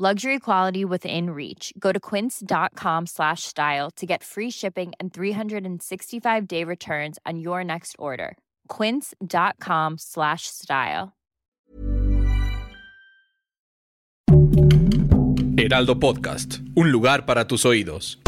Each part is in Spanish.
Luxury quality within reach. Go to quince.com slash style to get free shipping and 365 day returns on your next order. Quince.com slash style. Heraldo Podcast, un lugar para tus oídos.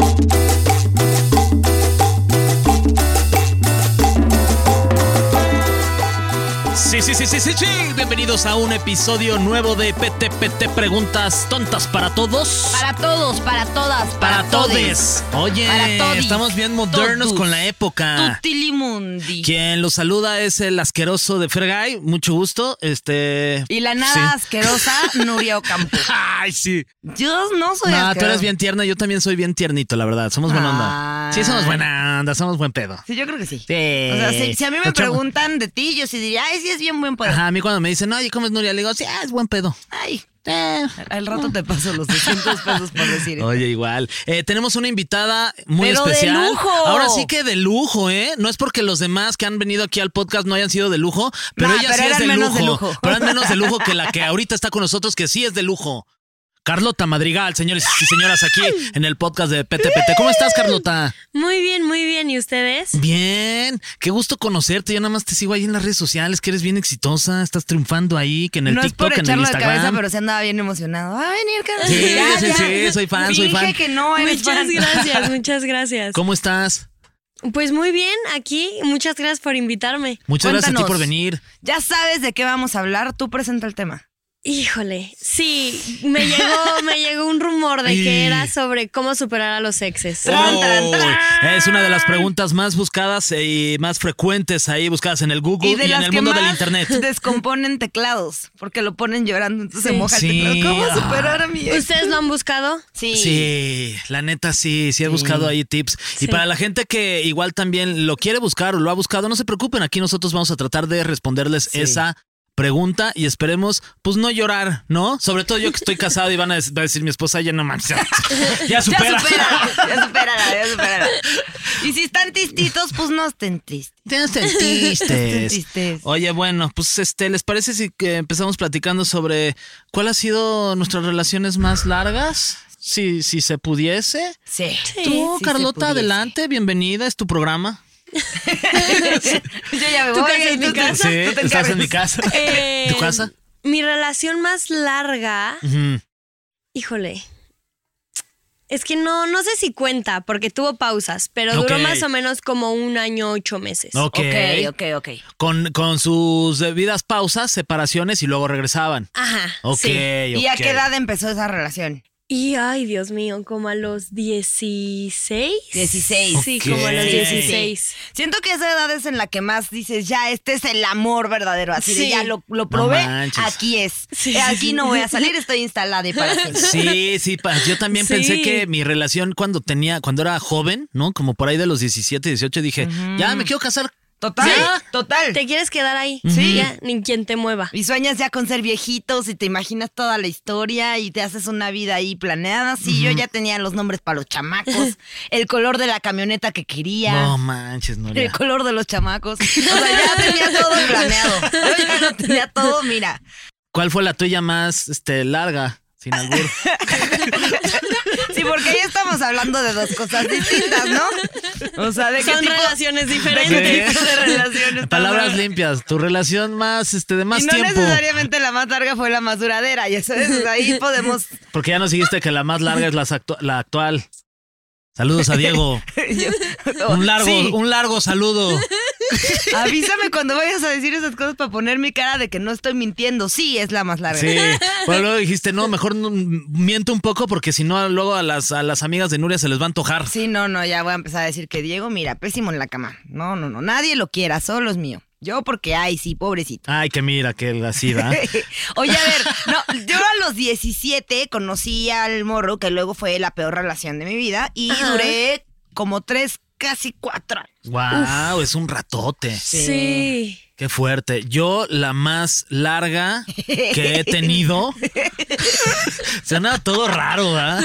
Sí, sí, sí, sí, sí, sí. Bienvenidos a un episodio nuevo de PTPT Preguntas Tontas para Todos. Para todos, para todas, para, Para todes. Oye, Para todis. estamos bien modernos Totus. con la época. Tutilimundi. Quien los saluda es el asqueroso de Fergay. Mucho gusto. Este. Y la nada sí. asquerosa, Nuria Ocampo. Ay, sí. Yo no soy No, asquerosa. tú eres bien tierna. Yo también soy bien tiernito, la verdad. Somos buena onda. Ay. Sí, somos buena onda. Somos buen pedo. Sí, yo creo que sí. Sí. O sea, si, si a mí me Nos echamos- preguntan de ti, yo sí diría, ay, sí es bien buen poder. Ajá, a mí cuando me dicen, oye, ¿cómo es Nuria? Le digo, sí, ah, es buen pedo. Ay, Eh. al rato te paso los 200 pesos por decir eso. Oye, igual. Eh, tenemos una invitada muy Pero de especial. lujo. Ahora sí que de lujo, ¿eh? No es porque los demás que han venido aquí al podcast no hayan sido de lujo, pero Nah, ella pero sí es eran de menos lujo. de lujo. Pero es menos de lujo que la que ahorita está con nosotros, que sí es de lujo. Carlota Madrigal, señores y señoras, aquí en el podcast de PTPT. ¿Cómo estás, Carlota? Muy bien, muy bien. ¿Y ustedes? Bien, qué gusto conocerte. Yo nada más te sigo ahí en las redes sociales, que eres bien exitosa, estás triunfando ahí, que en el no es por TikTok, en el echarlo de Instagram. cabeza, pero se andaba bien emocionado. Va a venir, Carlos. Sí, Ya, sí, ya. sí, soy fan, soy Finge fan. que no eres muchas fan. gracias, muchas gracias. ¿Cómo estás? Pues muy bien, aquí. Muchas gracias por invitarme. Muchas gracias a ti Cuéntanos. por venir. Ya sabes de qué vamos a hablar, tú presenta el tema. Híjole, sí, me llegó, me llegó un rumor de Y- que era sobre cómo superar a los exes. Tran, tran, tran. Es una de las preguntas más buscadas eh, y más frecuentes ahí buscadas en el Google y, Y de en las el que mundo del más internet. descomponen teclados, porque lo ponen llorando, entonces se Sí. moja Sí. el teclado. Ah. ¿Cómo superar a mi ex? ¿Ustedes lo han buscado? Sí. Sí, la neta sí, sí he buscado ahí tips. Y Sí. para la gente que igual también lo quiere buscar o lo ha buscado, no se preocupen, aquí nosotros vamos a tratar de responderles esa pregunta y esperemos, pues no llorar, ¿no? Sobre todo yo que estoy casado y van a des- va a decir mi esposa, ya no manches, ya, Ya supera. supérala, ya supérala, ya supérala. Y si están tristitos, pues no estén tristes. Te sentiste. Tristes. Oye, bueno, pues este, ¿les parece si que empezamos platicando sobre cuál ha sido nuestras relaciones más largas? Si, si se pudiese. Sí. Tú, Sí, sí Carlota, se pudiese. adelante, bienvenida, es tu programa. Yo ya me ¿Tú voy. qué haces en tú mi te- casa? tú te Sí, estás encargas. en mi casa. Eh, ¿Tu casa? Mi relación más larga, Ujú. híjole. Es que no, no sé si cuenta, porque tuvo pausas, pero duró Ok. más o menos como un año, ocho meses. Ok. Ok, ok, ok. Con, con sus debidas pausas, separaciones y luego regresaban. Ajá. Ok, sí. ¿Y a ok. qué edad empezó esa relación? Y ay, Dios mío, como a los 16. 16. Sí, Ok. como a los Sí, sí, sí. 16. Siento que esa edad es en la que más dices, ya, este es el amor verdadero. Así de, Sí. ya lo, lo probé, manches. aquí es. Sí, Eh, sí, aquí sí. no voy a salir, estoy instalada y para siempre. Sí, sí, pa- yo también pensé Sí. que mi relación cuando tenía, cuando era joven, ¿no? Como por ahí de los 17, 18, dije, ya me quiero casar. Total, ¿Ya? total. Te quieres quedar ahí. Sí. Ya, ni quien te mueva. Y sueñas ya con ser viejitos y te imaginas toda la historia y te haces una vida ahí planeada. Sí, yo ya tenía los nombres para los chamacos, el color de la camioneta que quería. No manches, El Nuria. color de los chamacos. O sea, ya tenía todo planeado. Yo ya lo tenía todo, mira. ¿Cuál fue la tuya más este, larga? Sin albur. Sí, porque ya estamos hablando de dos cosas distintas, ¿no? O sea, de qué Son tipo relaciones de, qué diferentes. tipo de Palabras relaciones. estamos hablando. limpias. Tu relación más, este, de más y no tiempo. necesariamente la más larga fue la más duradera, ya sabes, o sea, ahí podemos Porque ya nos dijiste que la más larga es la, actu- la actual. Saludos a Diego. Yo- Un largo, Oh, Sí, un largo saludo. avísame cuando vayas a decir esas cosas para poner mi cara de que no estoy mintiendo. Sí, es la más larga. Sí. Pero luego dijiste, no, mejor no- miento un poco porque si no, luego a las, a las amigas de Nuria se les va a antojar. Sí, no, no, ya voy a empezar a decir que Diego, mira, pésimo en la cama. No, no, no, nadie lo quiera, solo es mío. Yo porque, ay, sí, pobrecito. Ay, que mira, que así va. Oye, a ver, no, yo a los 17 conocí al morro, que luego fue la peor relación de mi vida, y Ajá. duré como tres casi cuatro años. Wow, es un ratote. Sí. Qué fuerte. Yo la más larga que he tenido. Suena todo raro, ¿verdad?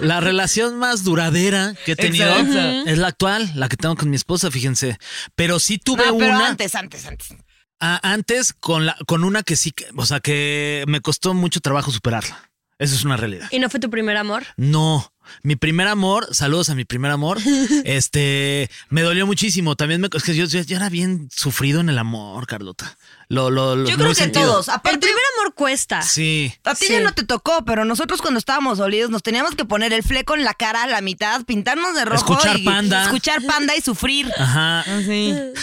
La relación más duradera que he tenido Exacto. es la actual, la que tengo con mi esposa, fíjense. Pero sí tuve No, una pero antes, antes, antes. ah, antes con la con una que sí, que- o sea, que me costó mucho trabajo superarla. Eso es una realidad. ¿Y no fue tu primer amor? No. Mi primer amor, saludos a mi primer amor, este, me dolió muchísimo. También me, es que yo, yo- yo era bien sufrido en el amor, Carlota. Lo, lo, lo- Yo no creo lo que sentido. todos. El Aparte, primer amor cuesta. Sí. a ti Sí. ya no te tocó, pero nosotros cuando estábamos dolidos nos teníamos que poner el fleco en la cara a la mitad, pintarnos de rojo. Escuchar y, Panda. Escuchar panda y sufrir. Ajá.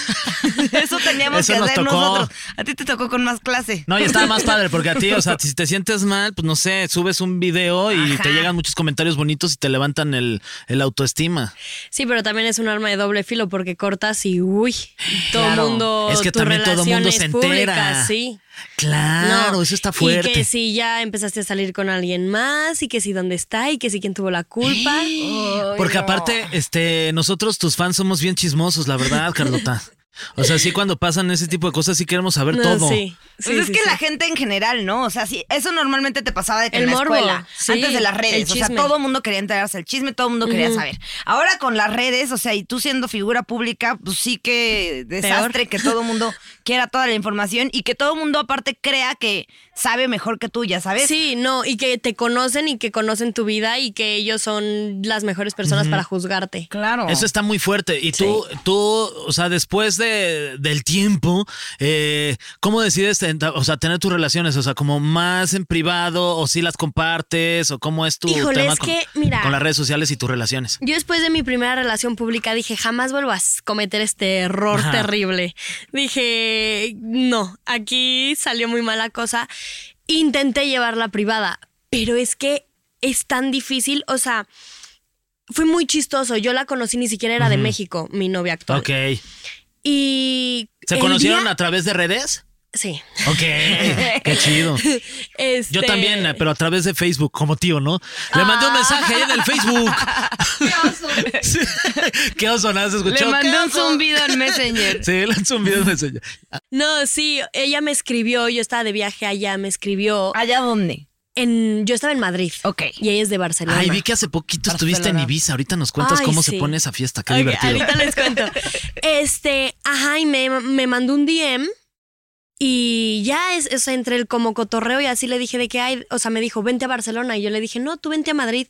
Eso teníamos Eso que nos hacer tocó. nosotros. A ti te tocó con más clase. No, y estaba más padre porque a ti, o sea, si te sientes mal, pues no sé, subes un video y Ajá. te llegan muchos comentarios bonitos y te levantan el, el autoestima. Sí, pero también es un arma de doble filo porque cortas y uy, todo el Claro. mundo. Es que tus también todo mundo relaciones se entera. públicas, sí. Claro, No. eso está fuerte. Y que si ya empezaste a salir con alguien más, y que si dónde está, y que si quién tuvo la culpa. Porque aparte, este, nosotros tus fans somos bien chismosos, la verdad, Carlota. O sea, sí cuando pasan ese tipo de cosas sí queremos saber No, todo. Sí, sí, Pues es sí, que sí. la gente en general, ¿no? O sea, sí, eso normalmente te pasaba de que El en la morbo, escuela, sí, antes de las el redes, o sea, chisme. todo el mundo quería enterarse del chisme, todo el mundo quería saber. Ahora con las redes, o sea, y tú siendo figura pública, pues sí que desastre que todo el mundo quiera toda la información y que todo el mundo aparte crea que sabe mejor que tú, ya sabes. Sí, no, y que te conocen y que conocen tu vida y que ellos son las mejores personas para juzgarte. Claro. Eso está muy fuerte. Y tú, tú, o sea, después de, del tiempo, eh, ¿cómo decides ten- o sea, tener tus relaciones? O sea, como más en privado, o si las compartes, o cómo es tu Híjole, tema es con, que, mira. con las redes sociales y tus relaciones. Yo después de mi primera relación pública dije, jamás vuelvo a s- cometer este error Ajá. terrible. Dije, no, aquí salió muy mala cosa. Intenté llevarla privada, pero es que es tan difícil, o sea, fue muy chistoso. Yo la conocí, ni siquiera era de México, mi novia actual. Ok. Y... ¿Se el conocieron día- a través de redes? Sí. Ok, qué chido. Yo Este- también, eh, pero a través de Facebook, como tío, ¿no? Le mandé un mensaje en el Facebook. Sí. qué oso, nada, se escuchó. Le mandé ¿Qué un oso? zumbido en Messenger. Sí, le mandé un video en Messenger. No, sí, ella me escribió, yo estaba de viaje allá, me escribió. ¿Allá dónde? En, yo estaba en Madrid. Ok. Y ella es de Barcelona. Ay, vi que hace poquito estuviste en Barcelona. Ibiza. Ahorita nos cuentas Ay, cómo sí. se pone esa fiesta. Qué Ok, divertido. Ahorita les cuento. Este, ajá, y me, me mandó un DM y ya es, o sea, entre el como cotorreo y así le dije de que hay, o sea, me dijo, vente a Barcelona. Y yo le dije, no, tú vente a Madrid.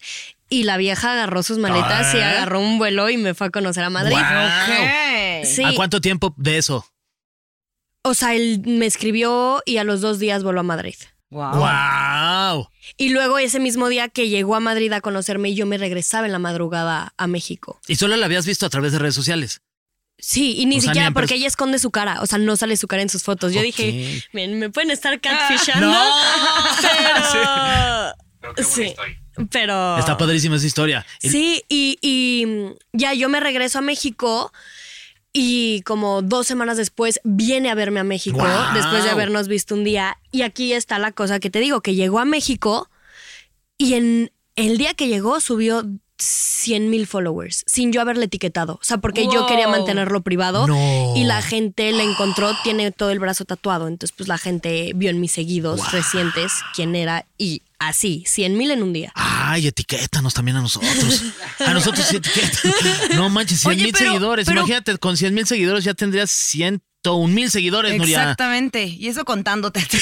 Y la vieja agarró sus maletas y Ah. agarró un vuelo y me fue a conocer a Madrid. Guau. Ok. Sí, ¿A cuánto tiempo de eso? o sea, él me escribió y a los dos días voló a Madrid. Wow. ¡Wow! Y luego ese mismo día que llegó a Madrid a conocerme, yo me regresaba en la madrugada a México. Y solo la habías visto a través de redes sociales. Sí, y ni O sea, ni siquiera en porque pers- ella esconde su cara, o sea, no sale su cara en sus fotos. Pues Yo dije, "Men, me pueden estar catfishando, pero sí, pero Está padrísima esa historia. Y- "Ah". sí y, y, mm, ya yo me regreso a México y como dos semanas después viene a verme a México Guau. después de habernos visto un día y aquí está la cosa que te digo que llegó a México y en el día que llegó subió 100 mil followers sin yo haberle etiquetado. O sea, porque yo Wow. quería mantenerlo privado No. y la gente le encontró, tiene todo el brazo tatuado. Entonces, pues la gente vio en mis seguidos recientes quién era y así, 100 mil en un día. Ay, etiquétanos también a nosotros. A nosotros sí etiquetan. No manches, 100 Oye, mil pero- seguidores. pero- Imagínate, con 100 mil seguidores ya tendrías 101 mil seguidores, Nuria. Exactamente. Y eso contándote. a ti.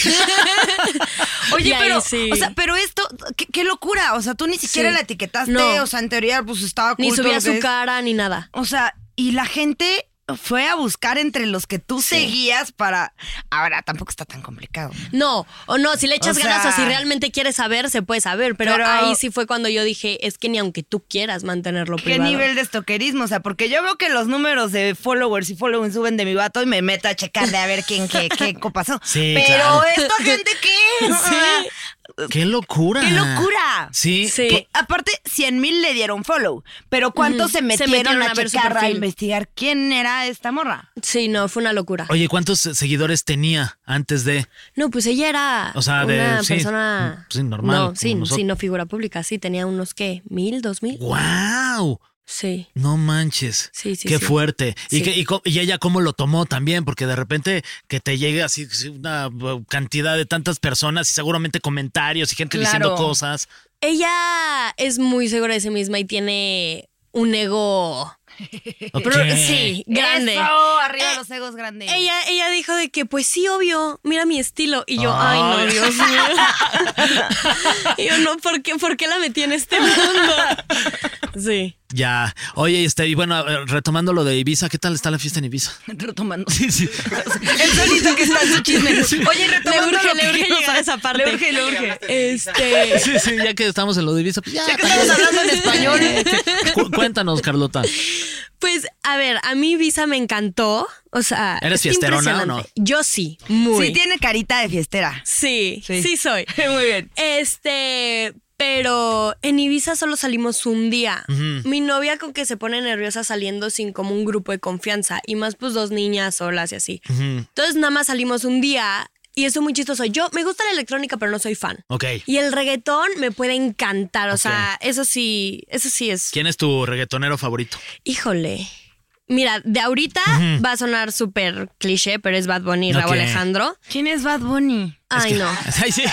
Y Oye, ahí pero, sí. o sea, pero esto, qué, qué locura. O sea, tú ni siquiera Sí. la etiquetaste. No. O sea, en teoría, pues estaba Ni cool todo subía lo que su es. cara ni nada. O sea, y la gente fue a buscar entre los que tú seguías para. Ahora, tampoco está tan complicado. No, o no, si le echas O sea- ganas o si realmente quieres saber, se puede saber. Pero, Pero- ahí sí fue cuando yo dije, es que ni aunque tú quieras mantenerlo ¿Qué privado. nivel de estoquerismo? O sea, porque yo veo que los números de followers y followers suben de mi vato y me meto a checar de a ver quién qué, qué pasó. Sí, Pero claro. esta gente qué? O sea, ¡Qué locura! ¡Qué locura! Sí. Sí. Que, aparte, 100 mil le dieron follow, pero ¿cuántos Ujú. se, metieron a, ver su checar, a perfil. investigar quién era esta morra? Sí, no, fue una locura. Oye, ¿cuántos seguidores tenía antes de...? No, pues ella era O sea, de- una sí, persona. sí, normal, No, sí, como nosotros. sí, no figura pública. Sí, tenía unos, ¿qué? ¿Mil? ¿Dos mil? ¡Wow! Sí. No manches. Sí, sí, Qué sí. fuerte. Y, Sí. que, y, co- y ella cómo lo tomó también, porque de repente que te llegue así sí, una uh, cantidad de tantas personas y seguramente comentarios y gente Claro. diciendo cosas. Ella es muy segura de sí misma y tiene un ego. Ok. Pero- sí, grande. Eso, arriba Eh, los egos grandes. Ella, ella dijo de que, pues sí, obvio, mira mi estilo. Y yo, Ay. ay, no, Dios mío. y yo, no, ¿por qué, ¿por qué la metí en este mundo? Sí. Ya. Oye, este, y bueno, eh, retomando lo de Ibiza, ¿qué tal está la fiesta en Ibiza? Retomando. Sí, sí. El solito que está en su chisme. Oye, Le retomando urge, lo le que urge quiero llegar a saber. esa parte. Le urge, le urge. Este. Sí, sí, ya que estamos en lo de Ibiza, pues ya. que estamos hablando en español. Cu- cuéntanos, Carlota. Pues, a ver, a mí Visa me encantó. O sea, ¿Eres está fiesterona o impresionante. no? Yo sí, muy. Sí, tiene carita de fiestera. Sí, Sí. sí, soy. Muy bien. Este, pero en Ibiza solo salimos un día. Mi novia con que se pone nerviosa saliendo sin como un grupo de confianza y más pues dos niñas solas y así. Entonces nada más salimos un día y eso es muy chistoso. Yo me gusta la electrónica pero no soy fan. Ok. Y el reggaetón me puede encantar, o sea, eso sí, eso sí es. ¿Quién es tu reggaetonero favorito? Híjole. Mira, de ahorita va a sonar súper cliché, pero es Bad Bunny y Raúl Ok. Alejandro. ¿Quién es Bad Bunny? Ay, no. Ay, sí.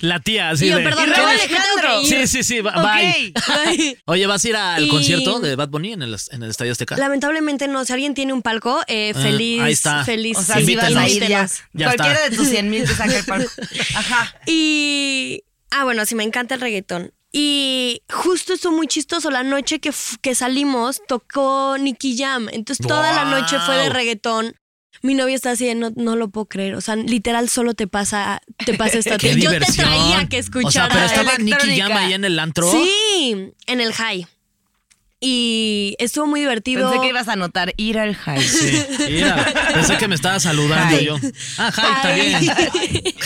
La tía, así Ah. Y yo, de- perdón, Y Raúl Raúl Alejandro. Alejandro. Sí, sí, sí, ba- bye. Ok. Ay. Oye, ¿vas a ir al Y- concierto de Bad Bunny en el, en el Estadio Azteca? Lamentablemente no. Si alguien tiene un palco, eh, Ah, feliz. ahí está. Feliz. O sea, si vas Invítanos. a ir ya. Ya Cualquiera está. de tus 100 mil te saca el palco. Ajá. Y. Ah, bueno, sí, me encanta el reggaetón. Y justo estuvo muy chistoso. La noche que, f- que salimos tocó Nicky Jam. Entonces toda la noche fue de Guau. reggaetón. Mi novia está así, de, no, no lo puedo creer. O sea, literal solo te pasa, te pasa esta Qué tía. Yo diversión. te traía que O sea, escuchara. pero estaba Nicky electrónica. Jam ahí en el antro. Sí, en el high. Y estuvo muy divertido. Pensé que ibas a anotar ir al high. Sí, mira, pensé que me estaba saludando Hi. yo. Ah, hi, también.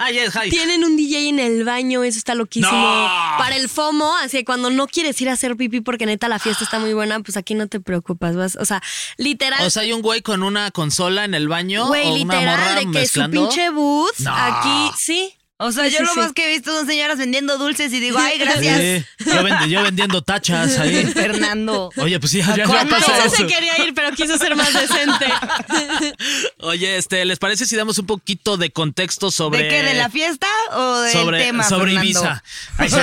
Ah, yes, hi. Tienen un DJ en el baño, eso está loquísimo. No. Para el FOMO, así que cuando no quieres ir a hacer pipí porque neta la fiesta está muy buena, pues aquí no te preocupas. Vas, o sea, literal. O sea, hay un güey con una consola en el baño Güey, o una morra literal, de que mezclando. su pinche booth No. aquí, sí. O sea, Sí, yo sí, lo sí. más que he visto son señoras vendiendo dulces y digo, ay, gracias. Sí, yo, vendi- yo vendiendo tachas ahí. Fernando. Oye, pues sí, ya, ya Cuando pasó ella eso. se quería ir, pero quiso ser más decente. Oye, este, ¿les parece si damos un poquito de contexto sobre ¿De qué? ¿De la fiesta o del sobre, tema, sobre Fernando? Ibiza? Ay, sí.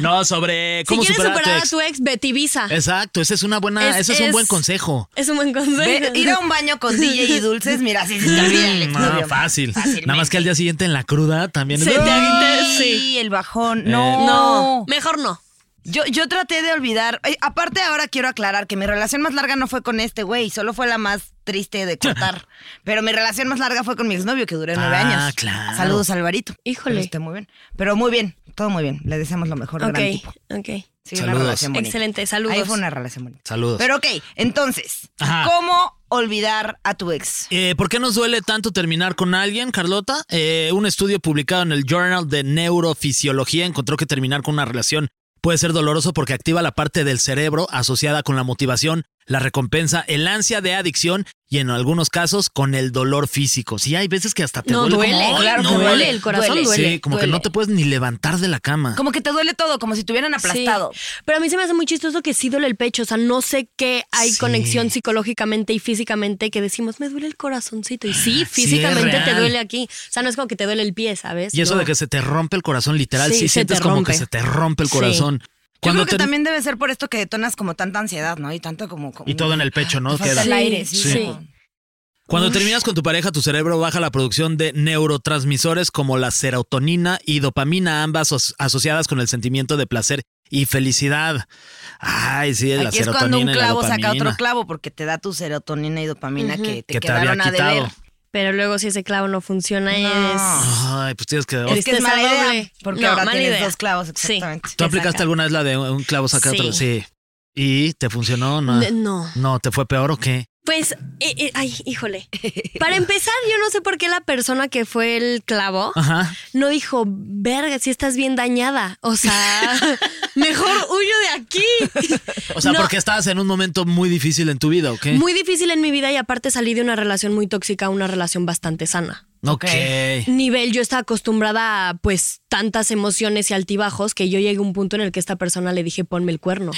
No, sobre Si cómo quieres superar a tu superar a ex. tu ex, Betivisa. Exacto, ese es una buena, Ah. Es- ese es un es- buen consejo. Es un buen consejo. Ve- ir a un baño con DJ y dulces, mira, sí se te olvida el Mm, exnovio. ah, fácil. Nada más que al día siguiente en la cruda también. Se te agita, sí. Sí, el bajón. Eh, No. No, mejor no. Yo, yo traté de olvidar. Eh, aparte, ahora quiero aclarar que mi relación más larga no fue con este güey, solo fue la más triste de contar. Pero mi relación más larga fue con mi exnovio, que duró nueve Ah, años. claro. Saludos, Alvarito. Híjole. Pero está muy bien. Pero muy bien, todo muy bien. Le deseamos lo mejor, gran Ok, tipo. ok. Sí, Saludos. una relación bonita. Excelente, saludos. Ahí fue una relación bonita. Saludos. Pero ok, entonces, Ajá. ¿cómo olvidar a tu ex? Eh, ¿Por qué nos duele tanto terminar con alguien, Carlota? Eh, un estudio publicado en el Journal de Neurofisiología encontró que terminar con una relación puede ser doloroso porque activa la parte del cerebro asociada con la motivación, la recompensa, el ansia de adicción y en algunos casos con el dolor físico. Sí, hay veces que hasta te No, duele. como, duele, "Ay, claro no que duele, duele". el corazón duele. sí, como que duele. no te puedes ni levantar de la cama. Como que te duele todo, como si te hubieran aplastado. Sí. Pero a mí se me hace muy chistoso que sí duele el pecho. O sea, no sé qué hay Sí. conexión psicológicamente y físicamente que decimos, me duele el corazoncito. Y sí, físicamente te real. duele aquí. O sea, no es como que te duele el pie, ¿sabes? Y eso No. de que se te rompe el corazón, literal, sí, Sí, se sientes te como rompe. que se te rompe el Sí. corazón. Yo Cuando creo que te- también debe ser por esto que detonas como tanta ansiedad, ¿no? Y tanto como... como- Y todo en el pecho, ¿no? Te falta Queda. el aire, Sí, sí. sí. como- Cuando terminas con tu pareja, tu cerebro baja la producción de neurotransmisores como la serotonina y dopamina, ambas as- asociadas con el sentimiento de placer y felicidad. Ay, sí, la Aquí es serotonina cuando un y la clavo dopamina. saca otro clavo porque te da tu serotonina y dopamina que te que te había quedaron a deber. quitado. Pero luego si ese clavo no funciona No. es... Ay, pues tienes que. Es que es Tristeza mala idea doble. porque No, ahora mala tienes idea. dos clavos Sí. exactamente. ¿Tú aplicaste Exacto. alguna vez la de un clavo saca otro? Sí. Sí. ¿Y te funcionó? No. N- no. No, ¿te fue peor o qué? Pues, eh, eh, ay, híjole. Para empezar, yo no sé por qué la persona que fue el clavo Ajá. no dijo, verga, si estás bien dañada. O sea, mejor huyo de aquí. O sea, No. porque estabas en un momento muy difícil en tu vida, ¿o qué? Muy difícil en mi vida y aparte salí de una relación muy tóxica a una relación bastante sana. Ok. nivel yo estaba acostumbrada a pues tantas emociones y altibajos que yo llegué a un punto en el que esta persona le dije ponme el cuerno.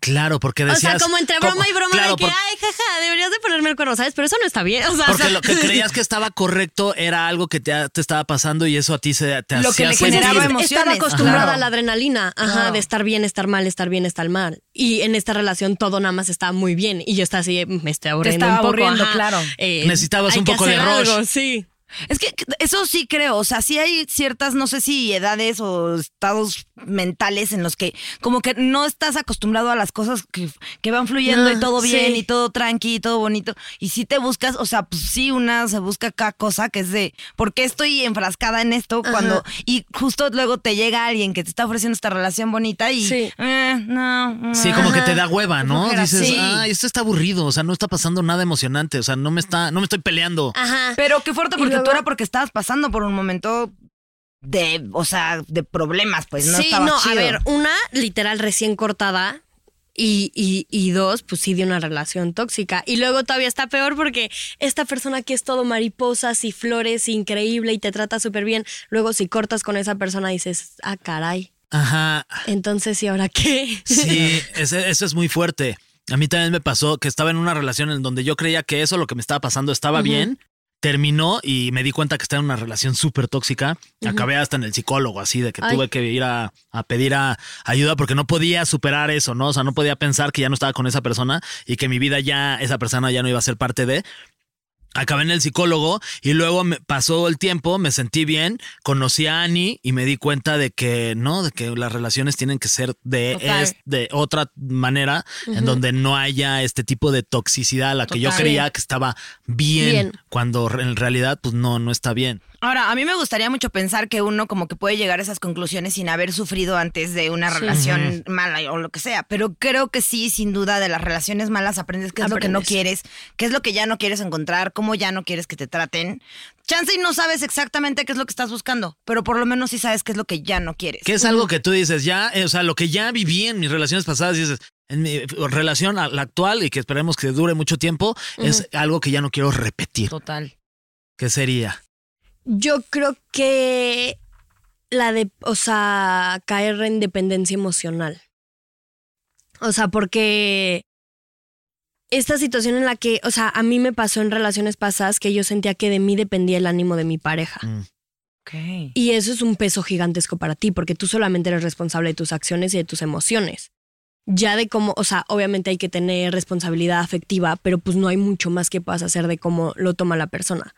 Claro, porque O decías... sea, como entre broma como- y broma claro, de que, por- ay, jaja, deberías de ponerme el cuerno, ¿sabes? Pero eso no está bien. O sea, Porque o sea, lo que creías que estaba correcto era algo que te, te estaba pasando y eso a ti se, te Lo que hacía le Pues es que generaba sentir- emoción. Estaba emociones, acostumbrada claro. a la adrenalina, ajá, Claro. de estar bien, estar mal, estar bien, estar mal. Y en esta relación todo nada más estaba muy bien. Y yo estaba así, "Mm, me estoy aburriendo estaba un poco. aburriendo, ajá. claro. Eh, Necesitabas hay un que poco de hacer rush. algo, sí. Es que eso sí creo, o sea, sí hay ciertas, no sé si edades o estados mentales en los que como que no estás acostumbrado a las cosas que, que van fluyendo Ah, y todo bien sí. y todo tranqui y todo bonito. Y si te buscas, o sea, pues sí, una se busca cada cosa que es de, ¿por qué estoy enfrascada en esto? cuando Y justo luego te llega alguien que te está ofreciendo esta relación bonita y... Sí. eh, no. mm, Sí, como que Ajá. te da hueva, ¿no? Flojera, Dices, sí. ay, esto está aburrido, o sea, no está pasando nada emocionante, o sea, no me está, no me estoy peleando. Ah. Ajá. Pero qué fuerte, Y porque tú luego- era porque estabas pasando por un momento de, o sea, de problemas, pues no sí, estaba no, chido. a ver, una literal recién cortada. Y, y, y dos, pues sí de una relación tóxica. Y luego todavía está peor porque esta persona que es todo mariposas y flores, increíble y te trata súper bien, luego si cortas con esa persona dices, ah, caray. Ajá. Ah. Entonces, ¿y ahora qué? Sí, ese- eso es muy fuerte. A mí también me pasó que estaba en una relación en donde yo creía que eso, lo que me estaba pasando, estaba bien. Terminó y me di cuenta que estaba en una relación súper tóxica. Acabé hasta en el psicólogo, así de que Ay. tuve que ir a, a pedir a- ayuda porque no podía superar eso, ¿no? O sea, no podía pensar que ya no estaba con esa persona y que mi vida ya, esa persona ya no iba a ser parte de. Acabé en el psicólogo y luego me pasó el tiempo, me sentí bien, conocí a Annie y me di cuenta de que no, de que las relaciones tienen que ser de, Total. es- de otra manera, en donde no haya este tipo de toxicidad a la que yo Total. creía que estaba bien, Bien. cuando re- en realidad pues no, no está bien. Ahora, a mí me gustaría mucho pensar que uno como que puede llegar a esas conclusiones sin haber sufrido antes de una relación mala o lo que sea, pero creo que sí, sin duda, de las relaciones malas aprendes qué es lo que no quieres, Aprendes. qué es lo que ya no quieres encontrar, cómo ya no quieres que te traten. Chance y no sabes exactamente qué es lo que estás buscando, pero por lo menos sí sabes qué es lo que ya no quieres. Que es algo que tú dices, ya, eh, o sea, lo que ya viví en mis relaciones pasadas, dices, en mi eh, relación a la actual y que esperemos que dure mucho tiempo, es algo que ya no quiero repetir. Total. ¿Qué sería? Yo creo que la de, o sea, caer en dependencia emocional. O sea, porque esta situación en la que, o sea, a mí me pasó en relaciones pasadas que yo sentía que de mí dependía el ánimo de mi pareja. Mm. Ok. Y eso es un peso gigantesco para ti, porque tú solamente eres responsable de tus acciones y de tus emociones. Ya de cómo, o sea, obviamente hay que tener responsabilidad afectiva, pero pues no hay mucho más que puedas hacer de cómo lo toma la persona.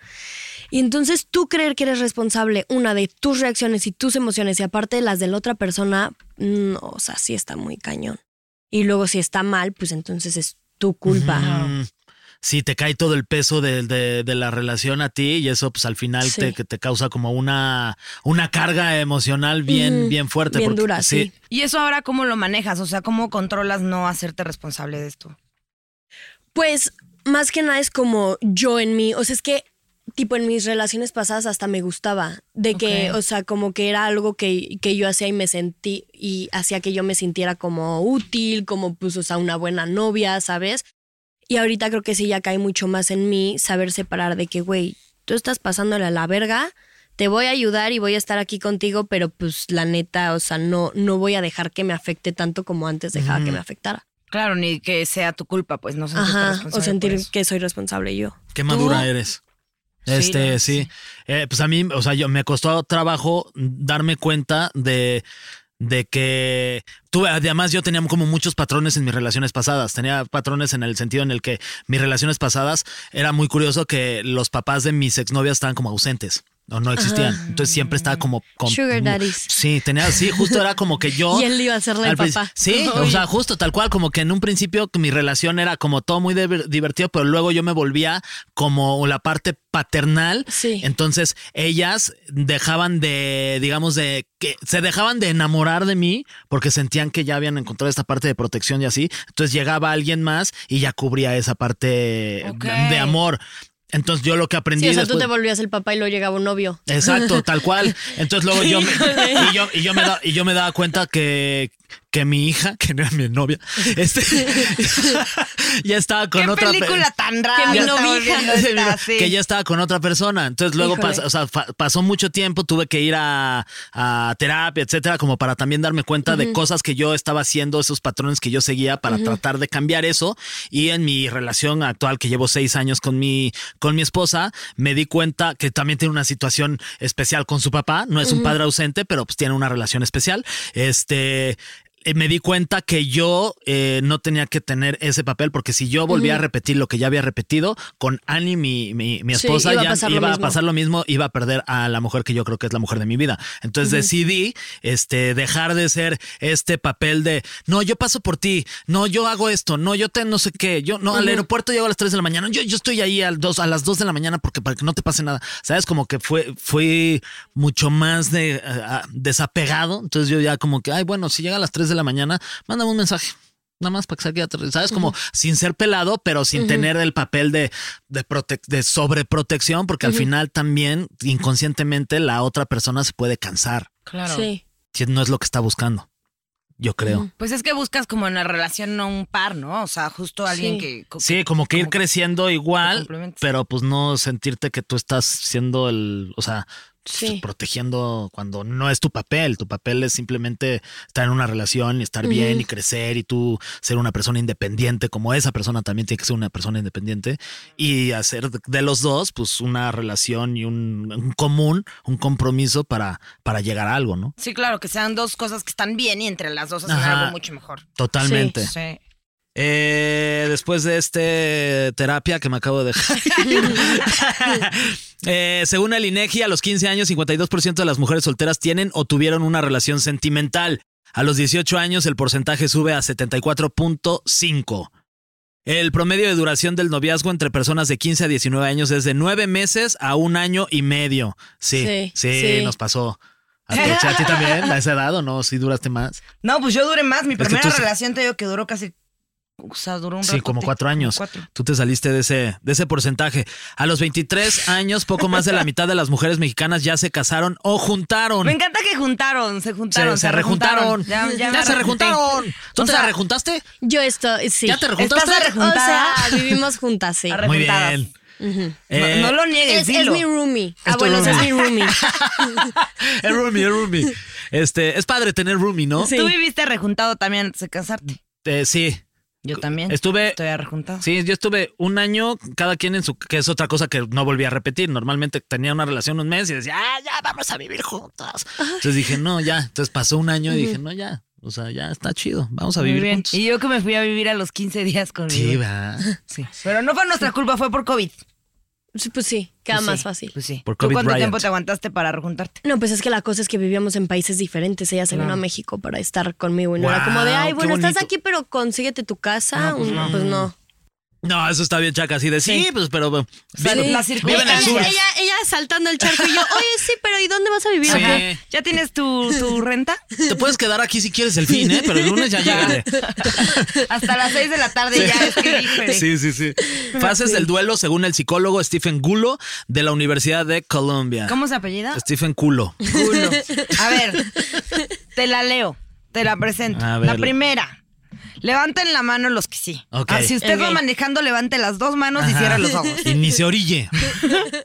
Y entonces tú creer que eres responsable, una de tus reacciones y tus emociones, y aparte de las de la otra persona, no, o sea, sí está muy cañón. Y luego si está mal, pues entonces es tu culpa. Mm, Sí, te cae todo el peso de, de- de la relación a ti y eso pues al final Sí. te, que te causa como una, una carga emocional bien, Ujú, bien fuerte. bien porque- dura, sí. ¿Y eso ahora cómo lo manejas? O sea, ¿cómo controlas no hacerte responsable de esto? Pues más que nada es como yo en mí, o sea, es que tipo en mis relaciones pasadas hasta me gustaba, de que, Ok. o sea, como que era algo que, que yo hacía y me sentí, y hacía que yo me sintiera como útil, como pues, o sea, una buena novia, ¿sabes? Y ahorita creo que sí ya cae mucho más en mí saber separar de que, güey, tú estás pasándole a la verga, te voy a ayudar y voy a estar aquí contigo, pero pues la neta, o sea, no, no voy a dejar que me afecte tanto como antes dejaba que me afectara. Claro, ni que sea tu culpa, pues no sentirte Ajá, responsable. o sentir por eso. que soy responsable yo. Qué madura eres. Este, sí. sí. Eh, pues a mí, o sea, yo me costó trabajo darme cuenta de, de que tuve, además yo tenía como muchos patrones en mis relaciones pasadas. Tenía patrones en el sentido en el que mis relaciones pasadas era muy curioso que los papás de mis exnovias estaban como ausentes. O no existían. Entonces siempre estaba como... con- Ah. Sugar daddies. Sí, tenía, sí, justo era como que yo... Y él iba a hacerle Al el princi- papá. Sí, o sea, justo tal cual, como que en un principio mi relación era como todo muy diver- divertido, pero luego yo me volvía como la parte paternal. Sí. Entonces ellas dejaban de, digamos, de que se dejaban de enamorar de mí porque sentían que ya habían encontrado esta parte de protección y así. Entonces llegaba alguien más y ya cubría esa parte Ok. de amor. Entonces yo lo que aprendí Sí, o sea, tú después- te volvías el papá y luego llegaba un novio. Exacto, tal cual. Entonces luego yo me, y yo, y yo me da- y yo me daba cuenta que, que mi hija, que no era mi novia, este, ya estaba con ¿Qué otra pe- película tan rara? Que mi está novija. volviendo Sí, esta? mira, Sí. que ya estaba con otra persona. Entonces luego Híjole. pas- o sea, fa- pasó mucho tiempo, tuve que ir a, a terapia, etcétera, como para también darme cuenta de cosas que yo estaba haciendo, esos patrones que yo seguía para tratar de cambiar eso. Y en mi relación actual, que llevo seis años con mi, con mi esposa, me di cuenta que también tiene una situación especial con su papá. No es un padre ausente, pero pues tiene una relación especial. Este eh, me di cuenta que yo eh, no tenía que tener ese papel porque si yo volvía a repetir lo que ya había repetido con Annie, mi, mi, mi Sí, esposa, iba a ya pasar lo iba a mismo. pasar lo mismo, iba a perder a la mujer que yo creo que es la mujer de mi vida. Entonces decidí este, dejar de ser este papel de, no, yo paso por ti, no, yo hago esto, no, yo te no sé qué, yo no, al aeropuerto llego a las 3 de la mañana, yo, yo estoy ahí al dos, a las 2 de la mañana porque para que no te pase nada. ¿Sabes? Como que fue, fui mucho más de, eh, ah, desapegado. Entonces yo ya como que, ay, bueno, si llega a las 3 de la mañana, mándame un mensaje. Nada más para que salga, ¿sabes? Como sin ser pelado, pero sin tener el papel de, de, prote- de sobreprotección, porque al final también inconscientemente la otra persona se puede cansar, Claro. Sí. que no es lo que está buscando, yo creo. Pues es que buscas como en la relación no un par, ¿no? O sea, justo alguien Sí. que... co- Sí, como que ir creciendo igual, complementes. pero pues no sentirte que tú estás siendo el, o sea, Sí. protegiendo cuando no es tu papel. Tu papel es simplemente estar en una relación y estar bien y crecer y tú ser una persona independiente, como esa persona también tiene que ser una persona independiente y hacer de- de los dos, pues una relación y un, un común, un compromiso para, para llegar a algo, ¿no? Sí, claro, que sean dos cosas que están bien y entre las dos hacen Ajá. algo mucho mejor. Totalmente. Sí. Eh, después de este terapia que me acabo de dejar. Eh, según el INEGI, a los 15 años, 52% de las mujeres solteras tienen o tuvieron una relación sentimental. A los 18 años, el porcentaje sube a 74.5. El promedio de duración del noviazgo entre personas de 15 a 19 años es de 9 meses a un año y medio. Sí, sí, Sí, sí. nos pasó. ¿A ti, a ti también? ¿A esa edad o no? ¿Sí duraste más? No, pues yo duré más. Mi Es que primera tú sí- relación te digo que duró casi... O sea, duró un Sí, como ratote, cuatro años. cuatro. Tú te saliste de ese, de ese porcentaje. A los 23 años, poco más de la mitad de las mujeres mexicanas ya se casaron o juntaron. Me encanta que juntaron, se se, juntaron. se rejuntaron. Ya, ya me se rejunté. rejuntaron. ¿Tú O te sea, la rejuntaste? Yo estoy, sí. ¿Ya te rejuntaste? ¿Estás O sea, rejuntada? vivimos juntas, sí. Arre- Muy rejuntadas. bien. No, Eh, no lo niegues, Es, es dilo. mi roomie. Ah, tu Abuelos, es roomie. mi roomie. Es roomie, es roomie. Este, es padre tener roomie, ¿no? Tú viviste rejuntado también antes de casarte. Eh, sí. Yo también. Estuve- Estoy rejuntado. Sí, yo estuve un año cada quien en su, que es otra cosa que no volví a repetir. Normalmente tenía una relación un mes y decía, ah, ya vamos a vivir juntos. Entonces dije, no, ya. Entonces pasó un año y dije, no, ya. O sea, ya está chido. Vamos a Muy vivir bien. juntos. Y yo que me fui a vivir a los 15 días con mi Sí, güey. va. Sí. Pero no fue nuestra culpa, fue por COVID. Sí, Pues sí, queda Pues más sí, fácil. Pues sí. Por ¿Tú COVID cuánto riot. tiempo te aguantaste para rejuntarte? No, pues es que la cosa es que vivíamos en países diferentes. Ella se vino a México para estar conmigo y no era como de, Guau, ay, qué bueno, estás bonito. aquí, pero consíguete tu casa. Un- pues, no. No, eso está bien chaca, así de sí, pues, pero bueno, sea, viven- las circun- viven en Ella, el sur. ella, ella saltando el charco y yo, oye, sí, pero ¿y dónde vas a vivir? Sí. Ajá. ¿Ya tienes tu, tu renta? Te puedes quedar aquí si quieres el fin, ¿eh? Pero el lunes ya llegaré. Hasta las 6 de la tarde ya es que híjole. Sí, sí, sí. Fases del duelo, según el psicólogo Stephen Gulo de la Universidad de Columbia. ¿Cómo se apellida? Stephen Culo. Culo. A ver, te la leo, te la presento. A ver. La primera. Levanten la mano los que sí. Ok. Ah, si usted va Ok. manejando, levante las dos manos y cierre los ojos. Y ni se orille.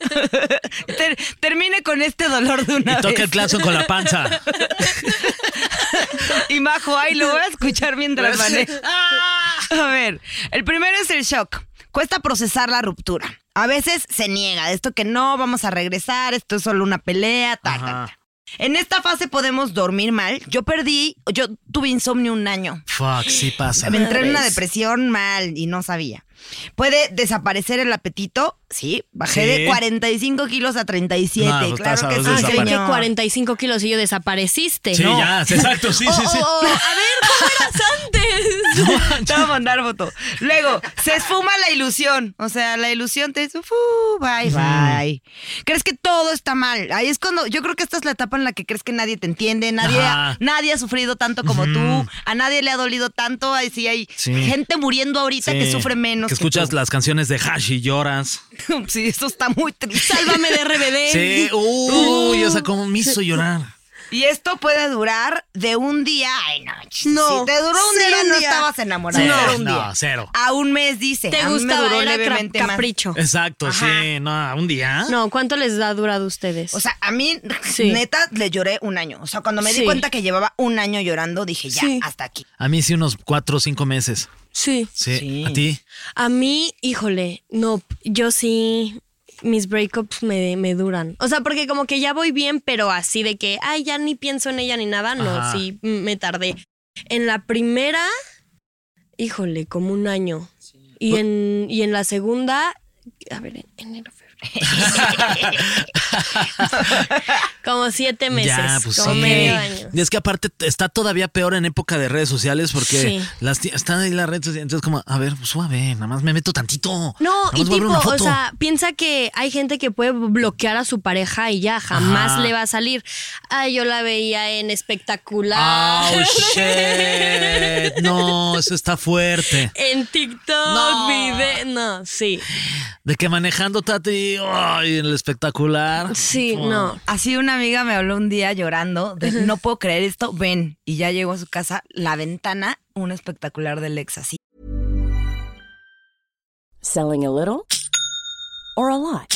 Ter- termine con este dolor de una Y toca el vez. claxon con la panza. Y Majo, ay, lo voy a escuchar mientras manejo. A Ah. ver, el primero es el shock. Cuesta procesar la ruptura. A veces se niega, esto que no, vamos a regresar, esto es solo una pelea, tal, tal, Ajá. tal. En esta fase podemos dormir mal. Yo perdí, yo tuve insomnio un año. Fuck, sí pasa. Me entré en una depresión mal y no sabía. Puede desaparecer el apetito. Sí, bajé Sí. de 45 kilos a 37. No, pues, claro estás a que dos sí, de Ah, creí que señor. 45 kilos y yo desapareciste. Sí, No. Oh, ya, exacto, sí, sí, O- sí. o- o, a ver, ¿cómo eras antes? Te voy a mandar foto. Luego, se esfuma la ilusión. O sea, la ilusión te dice, "Fu, bye, bye. Crees que todo está mal. Ahí es cuando, yo creo que esta es la etapa en la que crees que nadie te entiende, nadie, Ajá. ha, nadie ha sufrido tanto como tú, a nadie le ha dolido tanto. Ahí sí hay Sí. gente muriendo ahorita que Sí. sufre menos. Que escuchas tú. las canciones de Hash y lloras. Sí, eso está muy triste. Sálvame de RBD. uh, Sí, uy, o sea, como me hizo llorar. Y esto puede durar de un día. Ay, no. ch- No, Si te duró un cero día, un no día. estabas enamorada. No, Era un no, día. cero. A un mes, dice. ¿Te a mí me gustaba? duró Era levemente cra- más. capricho. Exacto, Ajá. sí, no, un día. No, ¿cuánto les ha durado a ustedes? O sea, a mí, Sí. neta, le lloré un año. O sea, cuando me Sí. di cuenta que llevaba un año llorando, dije, ya, Sí. hasta aquí. A mí sí unos cuatro o cinco meses. sí. Sí, Sí. a ti. A mí, híjole, no, yo sí, mis breakups me, me duran. O sea, porque como que ya voy bien, pero así de que, ay, ya ni pienso en ella ni nada, no, Ajá. sí, m- me tardé. En la primera, híjole, como un año. Y, en, y en la segunda, a ver, en enero, febrero. como siete meses, Ya, pues como sí. medio año. Y es que aparte t- está todavía peor en época de redes sociales porque Sí. las ti- están ahí las redes sociales. Entonces, como, a ver, pues, suave, nada más me meto tantito. No, Nada y más voy a abrir tipo, una o foto. sea, piensa que hay gente que puede bloquear a su pareja y ya jamás Ajá. le va a salir. Ay, yo la veía en espectacular. Oh, shit. No, eso está fuerte. En TikTok, No. vide- No, sí. De que manejando Tati, ay, en el espectacular. Sí, no. Así una amiga me habló un día llorando de no puedo creer esto, ven. Y ya llegó a su casa, la ventana, un espectacular del ex así. Selling a little or a lot?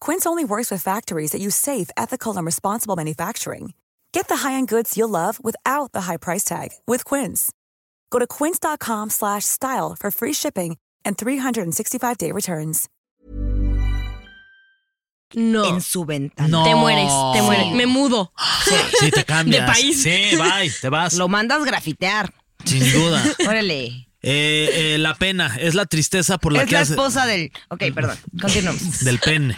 Quince only works with factories that use safe, ethical, and responsible manufacturing. Get the high-end goods you'll love without the high price tag with Quince. Go to quince.com/style slash style for free shipping and 365-day returns. No. En su ventana. No. Te mueres, te mueres. Sí. Me mudo. Sí, te cambias. De país. Sí, bye, te vas. Lo mandas grafitear. Sin duda. Órale. Eh, eh, la pena es la tristeza por la es que la has- esposa del. Ok, perdón. Continuamos. del pene.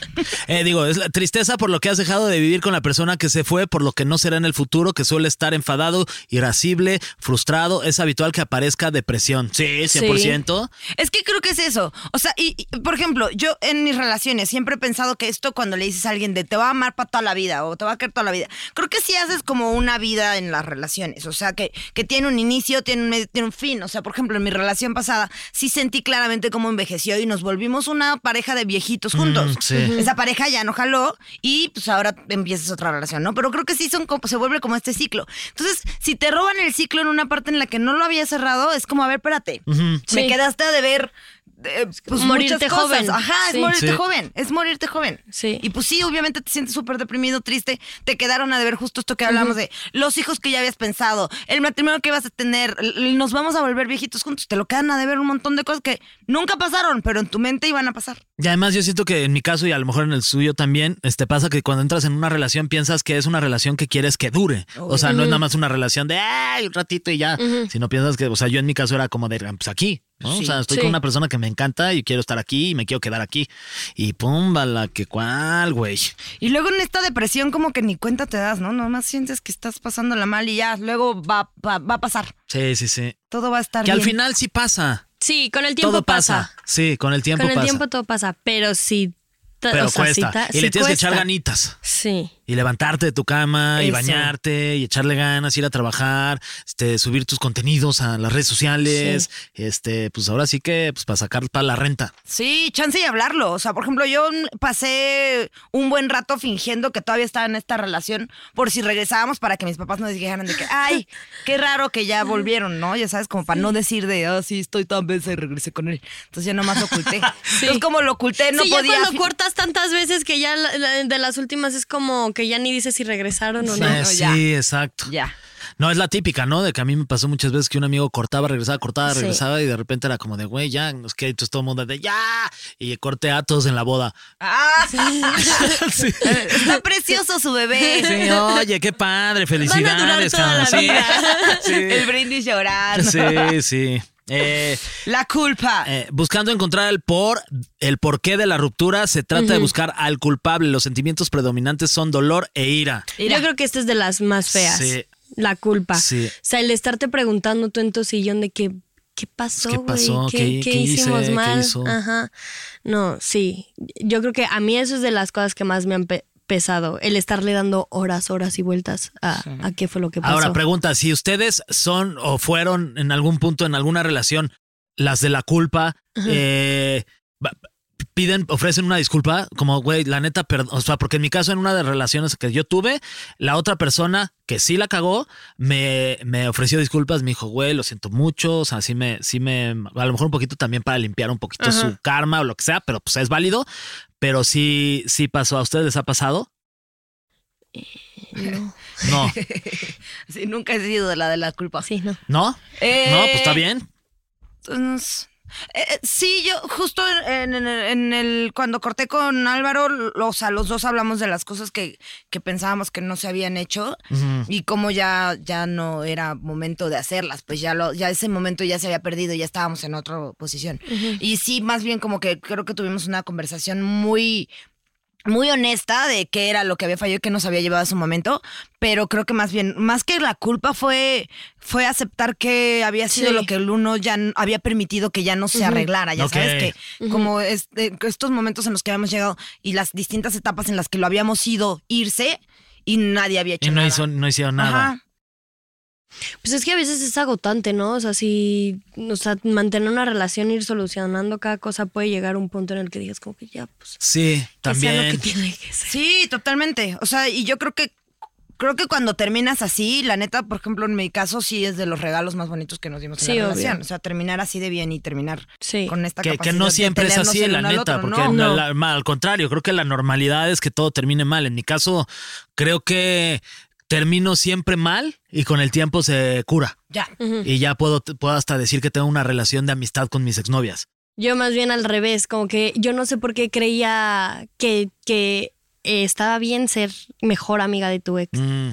Eh, digo, es la tristeza por lo que has dejado de vivir con la persona que se fue, por lo que no será en el futuro, que suele estar enfadado, irascible, frustrado. Es habitual que aparezca depresión. Sí, 100%. Es que creo que es eso. O sea, y, y, por ejemplo, yo en mis relaciones siempre he pensado que esto cuando le dices a alguien de te va a amar para toda la vida o te va a querer toda la vida, creo que sí haces como una vida en las relaciones. O sea, que, que tiene un inicio, tiene un, medio, tiene un fin. O sea, por ejemplo, en mi relación pasada sí sentí claramente cómo envejeció y nos volvimos una pareja de viejitos juntos. sí. Esa pareja ya no jaló y pues ahora empiezas otra relación, ¿no? Pero creo que sí son como- se vuelve como este ciclo. Entonces, si te roban el ciclo en una parte en la que no lo había cerrado, es como, a ver, espérate. Me Sí. quedaste a deber. eh, pues morirte muchas cosas. joven. Ajá, es Sí. morirte Sí. joven. Es morirte joven. Sí. Y pues sí, obviamente te sientes súper deprimido, triste. Te quedaron a deber justo esto que hablamos de los hijos que ya habías pensado, el matrimonio que vas a tener, l- l- nos vamos a volver viejitos juntos. Te lo quedan a deber un montón de cosas que nunca pasaron, pero en tu mente iban a pasar. Y además yo siento que en mi caso y a lo mejor en el suyo también, este pasa que cuando entras en una relación piensas que es una relación que quieres que dure. O sea, no es nada más una relación de ay, un ratito y ya, sino piensas que, o sea, yo en mi caso era como de "Ah, pues aquí, ¿no? o sea, estoy Sí. con una persona que me encanta y quiero estar aquí y me quiero quedar aquí. Y pum, la que cuál, güey. Y luego en esta depresión, como que ni cuenta te das, ¿no? Nomás sientes que estás pasándola mal y ya, luego va, va, va a pasar. Sí, sí, sí. Todo va a estar Que al bien. final sí pasa. Sí, con el tiempo Todo pasa. pasa. Sí, con el tiempo Con el pasa. tiempo todo pasa, pero sí. ta- pero o sea, sí cuesta. ta- y le sí tienes que echar cuesta. ganitas. Sí. Y levantarte de tu cama y Eso. bañarte y echarle ganas, ir a trabajar, este, subir tus contenidos a las redes sociales, este, pues ahora sí que pues para sacar para la renta. Sí, chance de hablarlo. O sea, por ejemplo, yo mm, pasé un buen rato fingiendo que todavía estaba en esta relación por si regresábamos para que mis papás nos dijeran de que, ay, qué raro que ya volvieron, ¿no? Ya sabes, como para no decir de, ah, sí, estoy tan besa y regresé con él. Entonces ya nomás lo oculté. Entonces como lo oculté, no sí, ya podía... cuando fi- cortas vas tantas veces que ya la- la- de las últimas es como que ya ni dices si regresaron o no. Eh, no, sí, ya. exacto. Ya. No, es la típica, ¿no? De que a mí me pasó muchas veces que un amigo cortaba, regresaba, cortaba, regresaba y de repente era como de, güey, ya, nos que entonces todo el mundo de, ya, y corte a todos en la boda. Ah, sí. está precioso su bebé. Sí, oye, qué padre, Van felicidades. a durar toda la cabrón. vida. El brindis llorando. Sí, sí. sí. Eh, La culpa. eh, buscando encontrar el por, el porqué de la ruptura, se trata de buscar al culpable. Los sentimientos predominantes son dolor e ira. Yo creo que esta es de las más feas. Sí. La culpa. Sí. O sea, el estarte preguntando tú en tu sillón de qué, qué pasó, ¿Qué güey? pasó? ¿Qué- qué hice? hicimos ¿Qué mal? hizo? Ajá. No, sí. Yo creo que a mí eso es de las cosas que más me han pe- pesado. El estarle dando horas, horas y vueltas a, a qué fue lo que pasó. Ahora, pregunta, si ustedes son o fueron en algún punto en alguna relación las de la culpa, eh, va- piden, ofrecen una disculpa, como, güey, la neta, perd- o sea, porque en mi caso, en una de las relaciones que yo tuve, la otra persona que sí la cagó, me, me ofreció disculpas, me dijo, güey, lo siento mucho, o sea, sí me, sí me, a lo mejor un poquito también para limpiar un poquito su karma o lo que sea, pero pues es válido, pero sí, sí pasó, ¿a ustedes les ha pasado? Eh, No. Sí, nunca he sido la de la culpa. Sí, no. ¿No? Eh, No, pues está bien. Entonces, eh, eh, sí, yo justo en, en- en el cuando corté con Álvaro, lo- o sea, los dos hablamos de las cosas que, que pensábamos que no se habían hecho y cómo ya, ya no era momento de hacerlas, pues ya lo, ya ese momento ya se había perdido, ya estábamos en otra posición. Y sí, más bien como que creo que tuvimos una conversación muy muy honesta de qué era lo que había fallado y qué nos había llevado a su momento, pero creo que más bien, más que la culpa fue, fue aceptar que había sido Sí. lo que el uno ya n- había permitido que ya no se arreglara, ya Ok. sabes que como este- estos momentos en los que habíamos llegado y las distintas etapas en las que lo habíamos ido irse y nadie había hecho Y no, nada. hizo, no hicieron nada. Ajá. Pues es que a veces es agotante, ¿no? O sea, si o sea, mantener una relación, ir solucionando cada cosa, puede llegar a un punto en el que digas como que ya, pues, Sí, que sea lo que también. tiene que ser. Sí, totalmente. O sea, y yo creo que creo que cuando terminas así, la neta, por ejemplo, en mi caso sí es de los regalos más bonitos que nos dimos en Sí, la obvio. relación. O sea, terminar así de bien y terminar Sí. con esta Que, que capacidad no de siempre es tenernos así, el la uno al neta, otro, porque ¿no? la- la- ma- al contrario, creo que la normalidad es que todo termine mal. En mi caso, creo que termino siempre mal y con el tiempo se cura. Ya. Y ya puedo, puedo hasta decir que tengo una relación de amistad con mis exnovias. Yo más bien al revés, como que yo no sé por qué creía que, que eh, estaba bien ser mejor amiga de tu ex. Mm,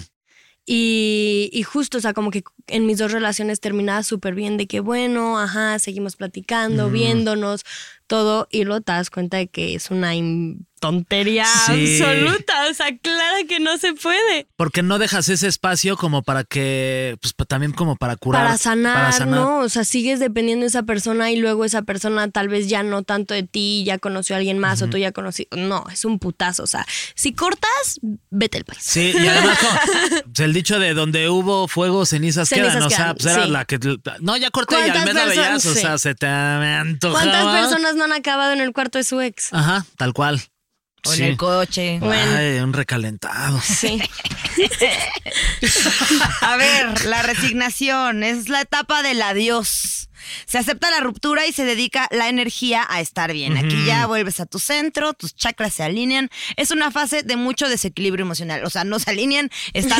Y, y justo, o sea, como que en mis dos relaciones terminaba súper bien de que, bueno, ajá, seguimos Mm. platicando, viéndonos, todo, y luego te das cuenta de que es una im- tontería Sí. absoluta, o sea, clara que no se puede. Porque no dejas ese espacio como para que, pues pa- también como para curar. Para sanar, para sanar. ¿no? O sea, sigues dependiendo de esa persona y luego esa persona tal vez ya no tanto de ti, ya conoció a alguien más o tú ya conocí. No, es un putazo. O sea, si cortas, vete al país. Sí, y además como, pues, el dicho de donde hubo fuego, cenizas, Cenizas quedan. O sea, quedan, pues era sí. la que. No, ya corté y al ¿Cuántas mes la personas? veías. O Sí. sea, se te me antojaba. ¿Cuántas personas no han acabado en el cuarto de su ex? Ajá, tal cual. O Sí. en el coche. Ay, un recalentado. Sí. A ver, la resignación es la etapa del adiós. Se acepta la ruptura y se dedica la energía a estar bien. Aquí ya vuelves a tu centro, tus chakras se alinean. Es una fase de mucho desequilibrio emocional. O sea, no se alinean, están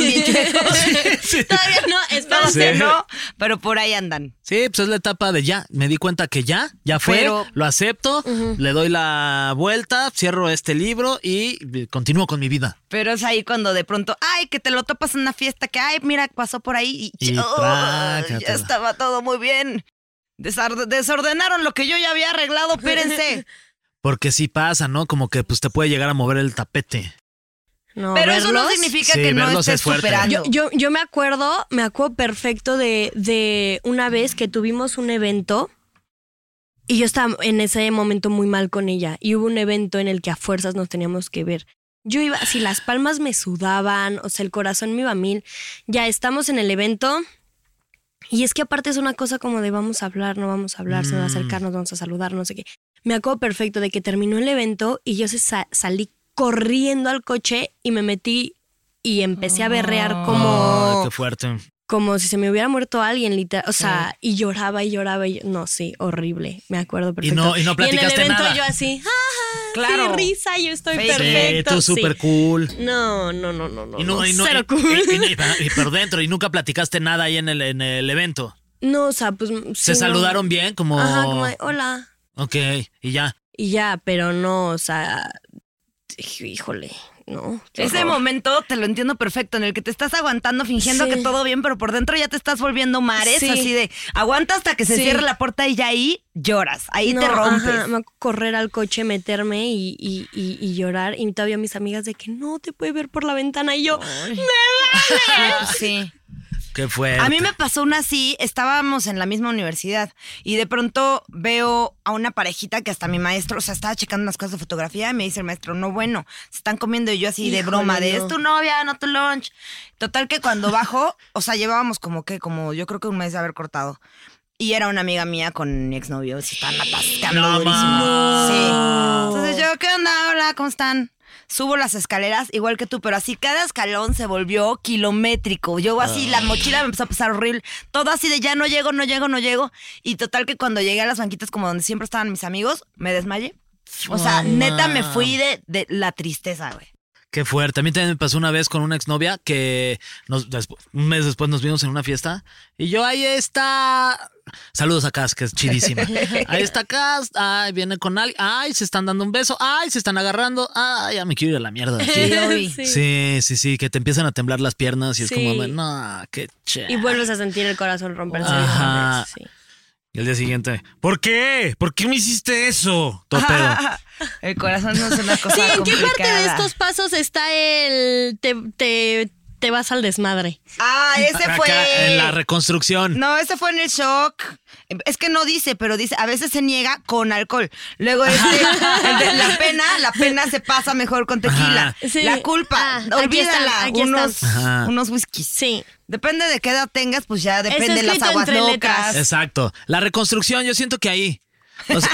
bien chicos. Todavía no, espérate. Entonces, no, pero por ahí andan. Sí, pues es la etapa de ya. Me di cuenta que ya, ya fue, Pero- lo acepto, le doy la vuelta, cierro este libro y eh, continúo con mi vida. Pero es ahí cuando de pronto, ay, que te lo topas en una fiesta, que ay, mira, pasó por ahí y, Y ch- oh, ya trácatela. estaba todo muy bien. Desar- desordenaron lo que yo ya había arreglado, espérense. Porque sí pasa, ¿no? Como que pues te puede llegar a mover el tapete. No, Pero eso no verlos. significa Sí, que no verlos estés es fuerte. superando. Yo, yo, yo me acuerdo, me acuerdo perfecto de, de una vez que tuvimos un evento y yo estaba en ese momento muy mal con ella y hubo un evento en el que a fuerzas nos teníamos que ver. Yo iba, si las palmas me sudaban, o sea, el corazón me iba a mil, ya estamos en el evento. Y es que aparte es una cosa como de vamos a hablar, no vamos a hablar, se Mm. va a acercarnos, vamos a saludar, no sé qué. Me acuerdo perfecto de que terminó el evento y yo se sa- salí corriendo al coche y me metí y empecé a berrear Ah. Ay, como, qué fuerte. como si se me hubiera muerto alguien, literal. O sea, y lloraba y lloraba y no, sí, horrible. Me acuerdo Y perfecto. no- y no en el platicaste evento nada. yo así, "Ja, ja, Claro. Qué risa, yo estoy Sí, perfecto. Sí, tú sí. súper cool. No, no, no, no, no. Y no, no, y no, cero y- cool. y- y- y- y por dentro, y nunca platicaste nada ahí en el, en el evento. no, o sea, pues. ¿Se sí, no. saludaron bien? Como... Ajá, como, de, hola. Ok, y ya. Y ya, pero no, o sea. Híjole, no. qué Ese horror. momento te lo entiendo perfecto, en el que te estás aguantando, fingiendo Sí. que todo bien, pero por dentro ya te estás volviendo mares, Sí. así de aguanta hasta que se Sí. cierre la puerta y ya ahí lloras, ahí te No, rompes. ajá, me acu- correr al coche, meterme y, y- y- y llorar. Y todavía mis amigas de que no te puede ver por la ventana. Y yo, sí. ¿Qué fue? A mí me pasó una así, estábamos en la misma universidad y de pronto veo a una parejita que hasta mi maestro, o sea, estaba checando unas cosas de fotografía y me dice el maestro, no, bueno, se están comiendo y yo así de Híjole, broma, de no. es tu novia, no tu lunch. Total que cuando bajo, o sea, llevábamos como que, como yo creo que un mes de haber cortado. Y era una amiga mía con mi exnovio, se estaban atascando No, durísimo. ma. Sí. Entonces yo, ¿qué onda? Hola, ¿cómo están? Subo las escaleras igual que tú, pero así cada escalón se volvió kilométrico. Yo así, Ah. la mochila me empezó a pesar horrible. Todo así de ya no llego, no llego, no llego. Y total que cuando llegué a las banquitas como donde siempre estaban mis amigos, me desmayé. O Mamá. sea, neta me fui de, de la tristeza, güey. Qué fuerte. A mí también me pasó una vez con una exnovia que nos, despu- un mes después nos vimos en una fiesta y yo, ahí está. Saludos a Cas, que es chidísima. Ahí está Cas, ay, viene con alguien, ay, se están dando un beso, ay, se están agarrando, ay, ya me quiero ir a la mierda de aquí. Sí. Sí, sí, sí, que te empiezan a temblar las piernas y es Sí. como, no, qué ché. y vuelves a sentir el corazón romperse. Ajá. Sí. Y el día siguiente, ¿por qué? ¿Por qué me hiciste eso? Todo pedo. El corazón no es una cosa Sí, ¿en qué parte de complicada. estos pasos está el te, te, te vas al desmadre? Ah, ese Acá fue... en la reconstrucción. No, ese fue en el shock. Es que no dice, pero dice, a veces se niega con alcohol. Luego este, el de la pena, la pena se pasa mejor con tequila. Ajá. Sí. La culpa, Ah, aquí olvídala, están, aquí unos, están. Ajá. unos whiskies. Sí. Depende de qué edad tengas, pues ya depende de las escrito aguas entre locas. letras. Exacto. La reconstrucción, yo siento que ahí. o sea,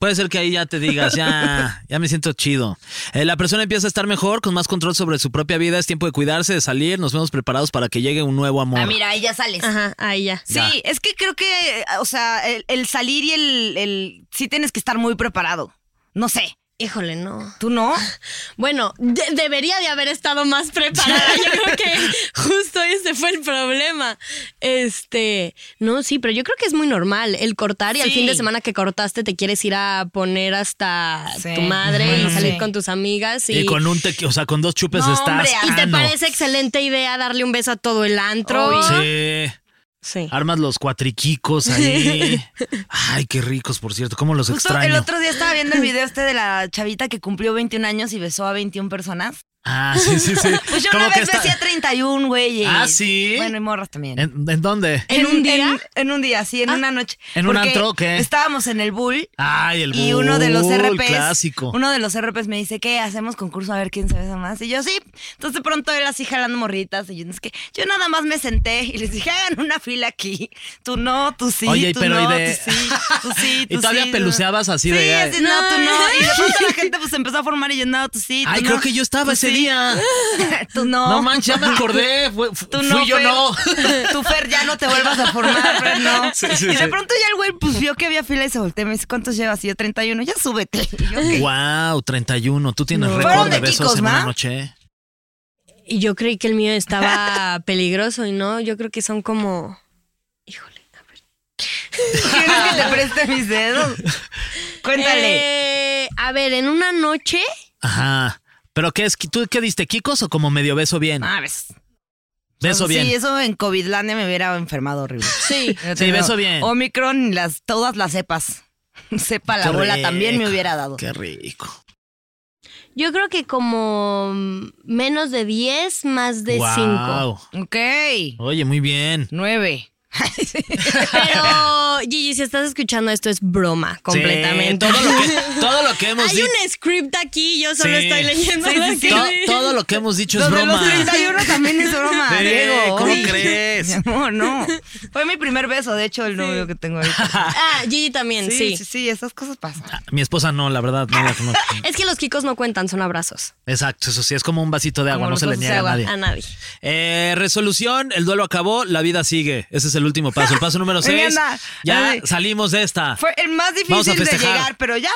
puede ser que ahí ya te digas, ya, ya me siento chido. Eh, la persona empieza a estar mejor, con más control sobre su propia vida. Es tiempo de cuidarse, de salir. Nos vemos preparados para que llegue un nuevo amor. Ah, mira, ahí ya sales. Ajá, ahí ya. Sí, es que creo que, eh, o sea, el, el salir y el, el... Sí tienes que estar muy preparado. No sé, Híjole, no. ¿tú no? Bueno, de- debería de haber estado más preparada. Yo creo que justo ese fue el problema. Este, no, sí, pero yo creo que es muy normal el cortar y al Sí. fin de semana que cortaste te quieres ir a poner hasta Sí. tu madre Bueno, y salir sí. con tus amigas y, Y con un tequi- o sea, con dos chupes No, estás. hombre, y te sano. parece excelente idea darle un beso a todo el antro. Sí. Sí. Armas los cuatriquicos ahí. Ay, qué ricos, por cierto. ¿Cómo los Justo extraño? el otro día estaba viendo el video este de la chavita que cumplió 21 años y besó a 21 personas. Ah, sí, sí, sí. Pues yo Como una que vez está- besé a 31, güey. y- Ah, ¿sí? Bueno, y morras también. ¿En, en dónde? ¿En un día? En, en un día, sí, en una noche. ¿En un Porque antro o qué? Estábamos en el Bull. Ay, el Y uno de los bull RPs, clásico. uno de los RPs me dice, ¿qué? Hacemos concurso a ver quién se besa más. Y yo, sí. Entonces de pronto él así jalando morritas. Y yo, es que yo nada más me senté y les dije, hagan una fila aquí. Tú no, tú sí, Oye, tú pero no, y de- tú sí, tú sí, Y tú todavía sí, tú- peluceabas así sí, de- así, no, tú no. Y de pronto la gente pues se empezó a formar y yo, no, tú sí, tú Ay, no, creo que yo estaba tú ese sí, día. Tú no. No manches, ya me acordé. Fue- fu- Tú fui no, yo Fer. no. Tú, Fer, ya no te vuelvas a formar, Fer, no. Sí, sí, y de sí. pronto ya el güey pues, vio que había fila y se volteó y me dice, ¿cuántos llevas? Y yo, 31, ya súbete. Y yo, "Ok". Wow, 31. Tú tienes No. récord Fueron de de besos Kikos, en ¿va? una noche. Y yo creí que el mío estaba peligroso y no, yo creo que son como... Híjole, a ver. ¿Quieres que te preste mis dedos? Cuéntale. Eh, a ver, en una noche... Ajá. ¿Pero qué es? ¿Tú qué diste? ¿Kikos o como medio beso bien? Ah, ves. beso bien. Sí, eso en COVIDlandia me hubiera enfermado horrible. Sí. Yo Sí, te beso digo, bien. Omicron y las, todas las cepas. Cepa la Qué bola rico, también me hubiera dado. Qué rico. Yo creo que como mm, menos de 10, más de 5. Guau. Ok. Oye, muy bien. Nueve. Pero, Gigi, si estás escuchando esto, es broma completamente. Sí, todo, lo que, todo lo que hemos Hay dicho. un script aquí, yo solo Sí. estoy leyendo. Sí, lo sí, que sí. to- dice. todo lo que hemos dicho es Lo de broma. los 31 también es broma. Sí, Diego. ¿Cómo Sí. Mi crees? amor, no. Fue mi primer beso, de hecho, el novio que tengo ahorita. Ah, Gigi también, sí, Sí, sí, sí, esas cosas pasan. Mi esposa no, la verdad, no la conozco. Es que los Kikos no cuentan, son abrazos Exacto, eso sí, es como un vasito de agua, no Como los se le vasos de niega a agua. Ah. nadie. a nadie. Eh, resolución, el duelo acabó, la vida sigue. Ese es el último paso. El paso número Venga, 6. anda. Ya Dale. salimos de esta. Fue el más Vamos a difícil de festejar. llegar, pero ya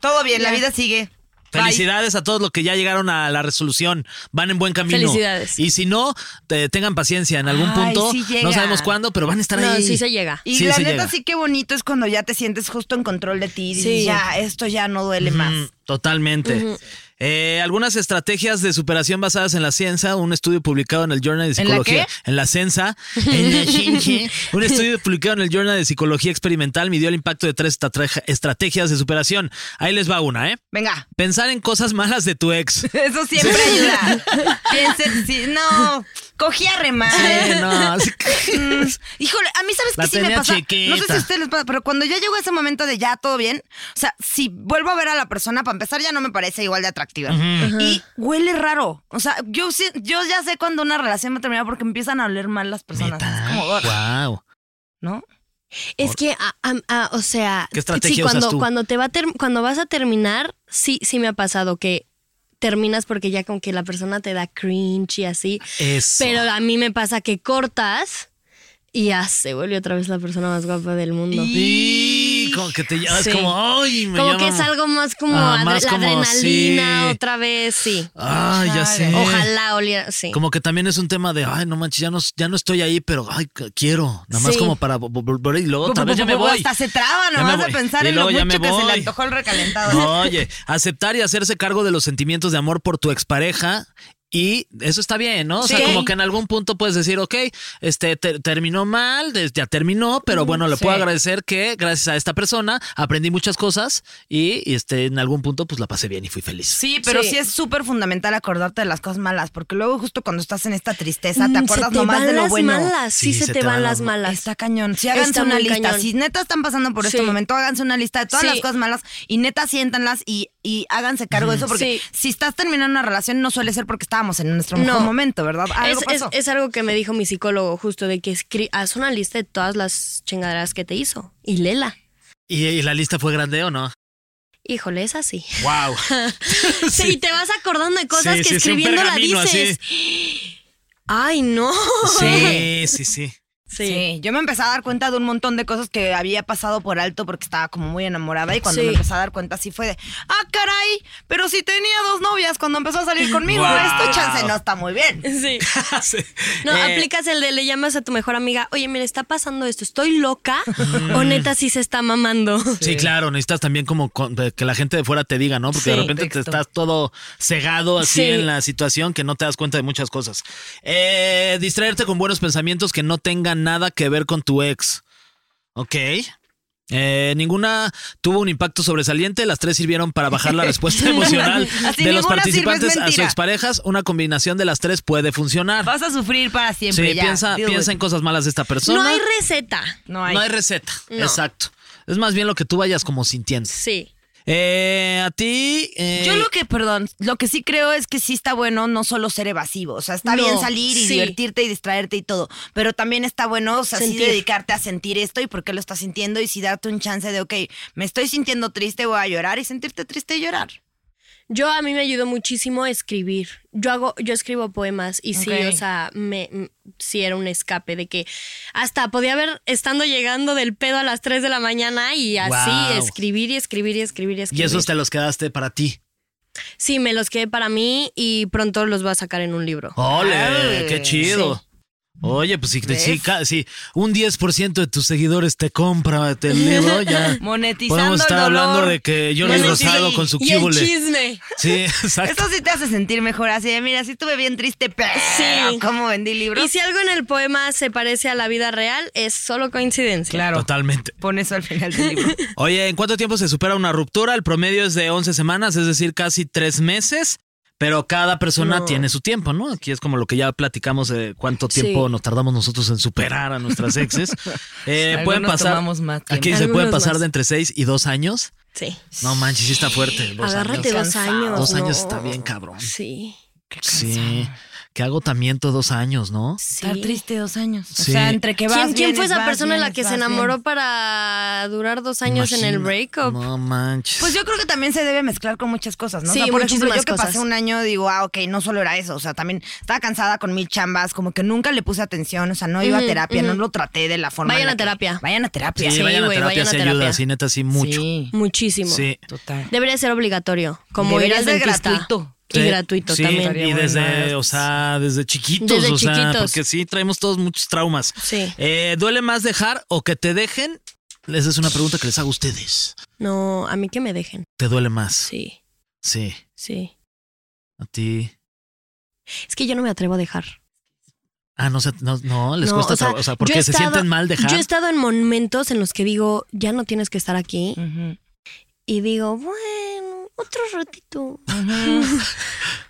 Todo bien, la vida sigue. Bye. Felicidades a todos los que ya llegaron a la resolución. Van en buen camino. Felicidades. Y si no, te- tengan paciencia. En algún Ay, punto, sí llega. no sabemos cuándo, pero van a estar No, ahí. sí se llega. Y Sí, la sí neta llega. sí que bonito es cuando ya te sientes justo en control de ti. Y dices, Sí. ya, esto ya no duele Mm, más. Totalmente. Eh, algunas estrategias de superación basadas en la ciencia, un estudio publicado en el Journal de ¿En la Psicología. En la ciencia. En la ciencia. un estudio publicado en el Journal de Psicología Experimental midió el impacto de tres estrategia- estrategias de superación. Ahí les va una, ¿eh? Venga, Pensar en cosas malas de tu ex. eso siempre ayuda. Piensen, sí, no, cogí a remar. Sí, no, así- Mm, Híjole, a mí sabes La que sí me tenía pasa. No sé si chiquita. a ustedes les pasa, pero cuando ya llego a ese momento de ya todo bien, o sea, si vuelvo a ver a la persona, para empezar ya no me parece igual de atractiva. Y huele raro. O sea, yo, sí- yo ya sé cuando una relación va a terminar porque empiezan a oler mal las personas. Es como, Wow. ¿no? Es que, ah, ah, ah, o sea, ¿Qué estrategia sí, usas cuando, tú? cuando te va a ter- cuando vas a terminar, sí, sí me ha pasado que terminas porque ya con que la persona te da cringe y así. Eso. Pero a mí me pasa que cortas y ya se vuelve otra vez la persona más guapa del mundo. Y como que te llamas Sí. como, ay, me como llama- que es algo más como Ah, adre- más la como, adrenalina sí. otra vez, sí. Ay, Ah, ya sé. Ojalá oliera, sí. Como que también es un tema de, ay, no manches, ya no, ya no estoy ahí, pero ay, que- quiero. Nada más Sí. como para vo- vo- volver y luego otra vez ya me voy. Hasta se traba Ya nomás me de voy. pensar Y en lo luego ya mucho me que se le voy. antojó el recalentado. Oye, aceptar y hacerse cargo de los sentimientos de amor por tu expareja. Y eso está bien, ¿no? O sea, Sí. como que en algún punto puedes decir, ok, este te- terminó mal, des- ya terminó, Mm, pero bueno, le puedo agradecer que gracias a esta persona aprendí muchas cosas y, y, este en algún punto pues la pasé bien y fui feliz. Sí, pero sí, Sí. es súper fundamental acordarte de las cosas malas, porque luego justo cuando estás en esta tristeza Mm, te acuerdas se te nomás van de lo las bueno. malas, sí, se, te, van las malas. Está cañón. Si háganse Está una muy lista. cañón. Si neta están pasando por este Sí. momento, háganse una lista de todas Sí. las cosas malas y neta siéntanlas y, y háganse cargo de eso. Porque Sí. si estás terminando una relación, no suele ser porque estábamos en nuestro No. mejor momento, ¿verdad? Algo es, es- pasó. es algo que me dijo mi psicólogo justo de que escri- haz una lista de todas las chingaderas que te hizo y lela. ¿Y, y la lista fue grande o no? Híjole, es así. Wow. Sí. y te vas acordando de cosas Sí, que sí, sí, un escribiendo la pergamino así. dices. Ay, no. Sí, sí, sí. Sí. Sí. yo me empecé a dar cuenta de un montón de cosas que había pasado por alto porque estaba como muy enamorada y cuando Sí. me empecé a dar cuenta sí fue de, ah, caray, pero si tenía dos novias cuando empezó a salir conmigo, Wow. esto chance no está muy bien. Sí. Sí. No, Eh, aplicas el de le llamas a tu mejor amiga, oye, mira, está pasando esto, ¿estoy loca? o neta sí se está mamando. Mm. Sí, claro, necesitas también como con- de que la gente de fuera te diga, ¿no? Porque de Sí. repente te Contexto. estás todo cegado así Sí. en la situación que no te das cuenta de muchas cosas. Eh, distraerte con buenos pensamientos que no tengan nada que ver con tu ex. Ok. Eh, ninguna tuvo un impacto sobresaliente. Las tres sirvieron para bajar la respuesta emocional Así de los ninguna sirve, es participantes a sus mentira. exparejas. Una combinación de las tres puede funcionar. Vas a sufrir para siempre. Sí, ya. piensa, Deal piensa with en cosas malas de esta persona. No hay receta. it. No hay. No hay receta. Exacto. Es más bien lo que tú vayas como sintiendo. Sí. Eh, a ti. eh, Yo lo que, perdón, lo que sí creo es que sí está bueno no solo ser evasivo, o sea, está No, bien salir y sí. divertirte y distraerte y todo, pero también está bueno, o sea, sí Sentir. dedicarte a sentir esto y por qué lo estás sintiendo y si darte un chance de, ok, me estoy sintiendo triste, voy a llorar y sentirte triste y llorar. Yo a mí me ayudó muchísimo escribir. Yo hago, yo escribo poemas y sí, Ok. o sea, me m- sí era un escape de que hasta podía haber estando llegando del pedo a las 3 de la mañana y así Guau. escribir y escribir y escribir y escribir. Y esos te los quedaste para ti. Sí, me los quedé para mí y pronto los voy a sacar en un libro. ¡Ole! Ay, ¡Qué chido! Oye, pues si, ¿Ves? si ca- si un 10% de tus seguidores te compra el libro, ya. Monetizando Podemos estar el dolor. hablando de que Jordi Monetiz- Rosado con su y el cúbule. chisme. Sí, exacto. Eso sí te hace sentir mejor, así de, mira, sí estuve bien triste, pero Sí. ¿cómo vendí libros? Y si algo en el poema se parece a la vida real, es solo coincidencia. Totalmente. Pon eso al final del libro. Oye, ¿en cuánto tiempo se supera una ruptura? El promedio es de 11 semanas, es decir, casi 3 meses. Pero cada persona tiene su tiempo, ¿no? Aquí es como lo que ya platicamos de cuánto Sí. tiempo nos tardamos nosotros en superar a nuestras exes. Eh, pueden Algunos pasar. tomamos más tiempo. aquí se Algunos pueden pasar más. de entre 6 y 2 años. Sí. No manches, sí está fuerte. Dos Agárrate años. dos años. Dos años no. está bien, cabrón. Sí. Sí. qué agotamiento dos años, ¿no? Estar triste dos años. Sí. O sea, entre que vas ¿Quién, quién vienes, fue esa vas, persona la vienes, que se vas, enamoró vienes? para durar dos años en el Imagina- breakup? No manches. Pues yo creo que también se debe mezclar con muchas cosas, ¿no? O Sí, sea, por ejemplo, yo muchísimas que pasé cosas. un año digo, ah, ok, no solo era eso, o sea, también estaba cansada con mil chambas, como que nunca le puse atención, o sea, no iba a terapia, no lo traté de la forma. en Vayan la a que- terapia. Vayan a terapia. Sí, Sí, vayan a güey, terapia, vayan a sí ayuda, terapia. sí, neta, sí, mucho. Sí. Sí, Muchísimo. total. Debería ser obligatorio, como Debería ir al ser dentista. gratuito. Y gratuito sí, también. Y desde, o sea, desde chiquitos, Desde o sea, chiquitos. porque sí traemos todos muchos traumas. Sí. Eh, ¿Duele más dejar o que te dejen? Esa es una pregunta que les hago a ustedes. No, a mí que me dejen. ¿Te duele más? Sí, Sí. sí. A ti. Es que yo no me atrevo a dejar. Ah, no, o sea, no, no les No, cuesta trabajo. O sea, porque yo he se estado- sienten mal dejar. Yo he estado en momentos en los que digo, ya no tienes que estar aquí. Y digo, bueno, otro ratito.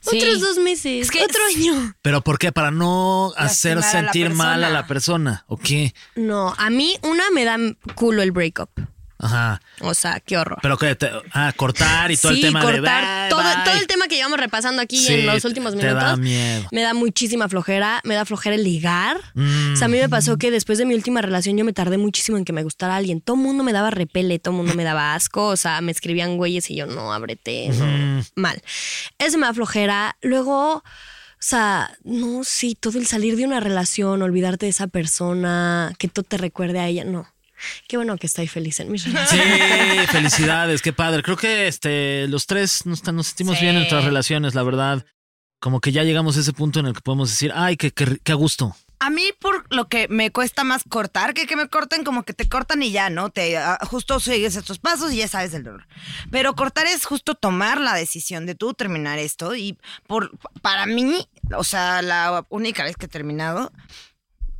Otros dos meses. Es que- otro año. Pero ¿por qué? Para no Lastimar hacer a la sentir mal a persona. la persona. ¿O qué? No, a mí una me da culo el breakup. Ajá. O sea, qué horror. Pero que te- ah, cortar y todo el sí, tema de cortar bye, todo, bye. todo el tema que llevamos repasando aquí Sí, en los últimos te da minutos. miedo. Me da muchísima flojera, me da flojera el ligar. Mm. O sea, a mí me pasó que después de mi última relación yo me tardé muchísimo en que me gustara alguien. Todo el mundo me daba repele, todo el mundo me daba asco. O sea, me escribían güeyes y yo no, ábrete, no. Mal. Eso me da flojera. Luego, o sea, no, sí, todo el salir de una relación, olvidarte de esa persona, que todo te recuerde a ella, no. Qué bueno que estoy feliz en mi relación. Sí, felicidades, qué padre. Creo que este, los tres nos, nos sentimos bien en nuestras relaciones, la verdad. Como que ya llegamos a ese punto en el que podemos decir, ay, qué, qué, qué a gusto. A mí por lo que me cuesta más cortar, que que me corten como que te cortan y ya, ¿no? Te ah, justo sigues estos pasos y ya sabes el dolor. Pero cortar es justo tomar la decisión de tú terminar esto y por para mí, o sea, la única vez que he terminado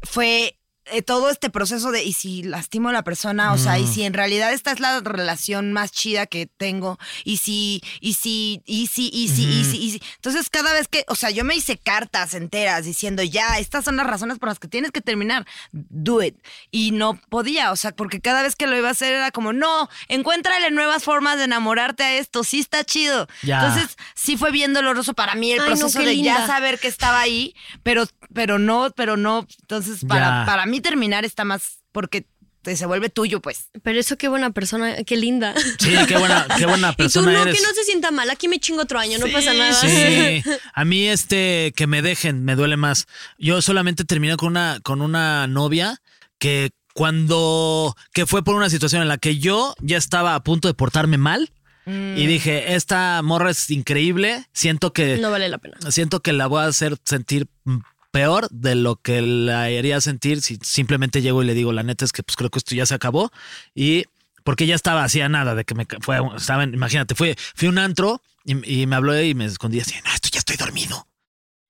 fue eh, todo este proceso de y si lastimo a la persona, o sea, y si en realidad esta es la relación más chida que tengo, y si, y si, y si, y si, y si, y si. Entonces, cada vez que, o sea, yo me hice cartas enteras diciendo ya, estas son las razones por las que tienes que terminar, do it. Y no podía, o sea, porque cada vez que lo iba a hacer era como, no, encuéntrale nuevas formas de enamorarte a esto, sí está chido. Ya. Entonces, sí fue bien doloroso para mí el Ay, no, proceso qué de ya linda. saber que estaba ahí, pero, pero no, pero no. Entonces, para, Ya. para mí terminar está más porque te- se vuelve tuyo, pues. Pero eso qué buena persona, qué linda. Sí, qué buena, qué buena persona y tú no, eres. que no se sienta mal. Aquí me chingo otro año, no pasa nada. Sí, a mí este que me dejen me duele más. Yo solamente terminé con una con una novia que cuando que fue por una situación en la que yo ya estaba a punto de portarme mal Mm. y dije, esta morra es increíble, siento que No vale la pena. siento que la voy a hacer sentir mm, peor de lo que la haría sentir si simplemente llego y le digo, la neta es que pues creo que esto ya se acabó y porque ya estaba hacía nada de que me ca- fue, a un- estaba en- imagínate, fui, fui a un antro y, y me habló y me escondí así, no, esto ya estoy dormido.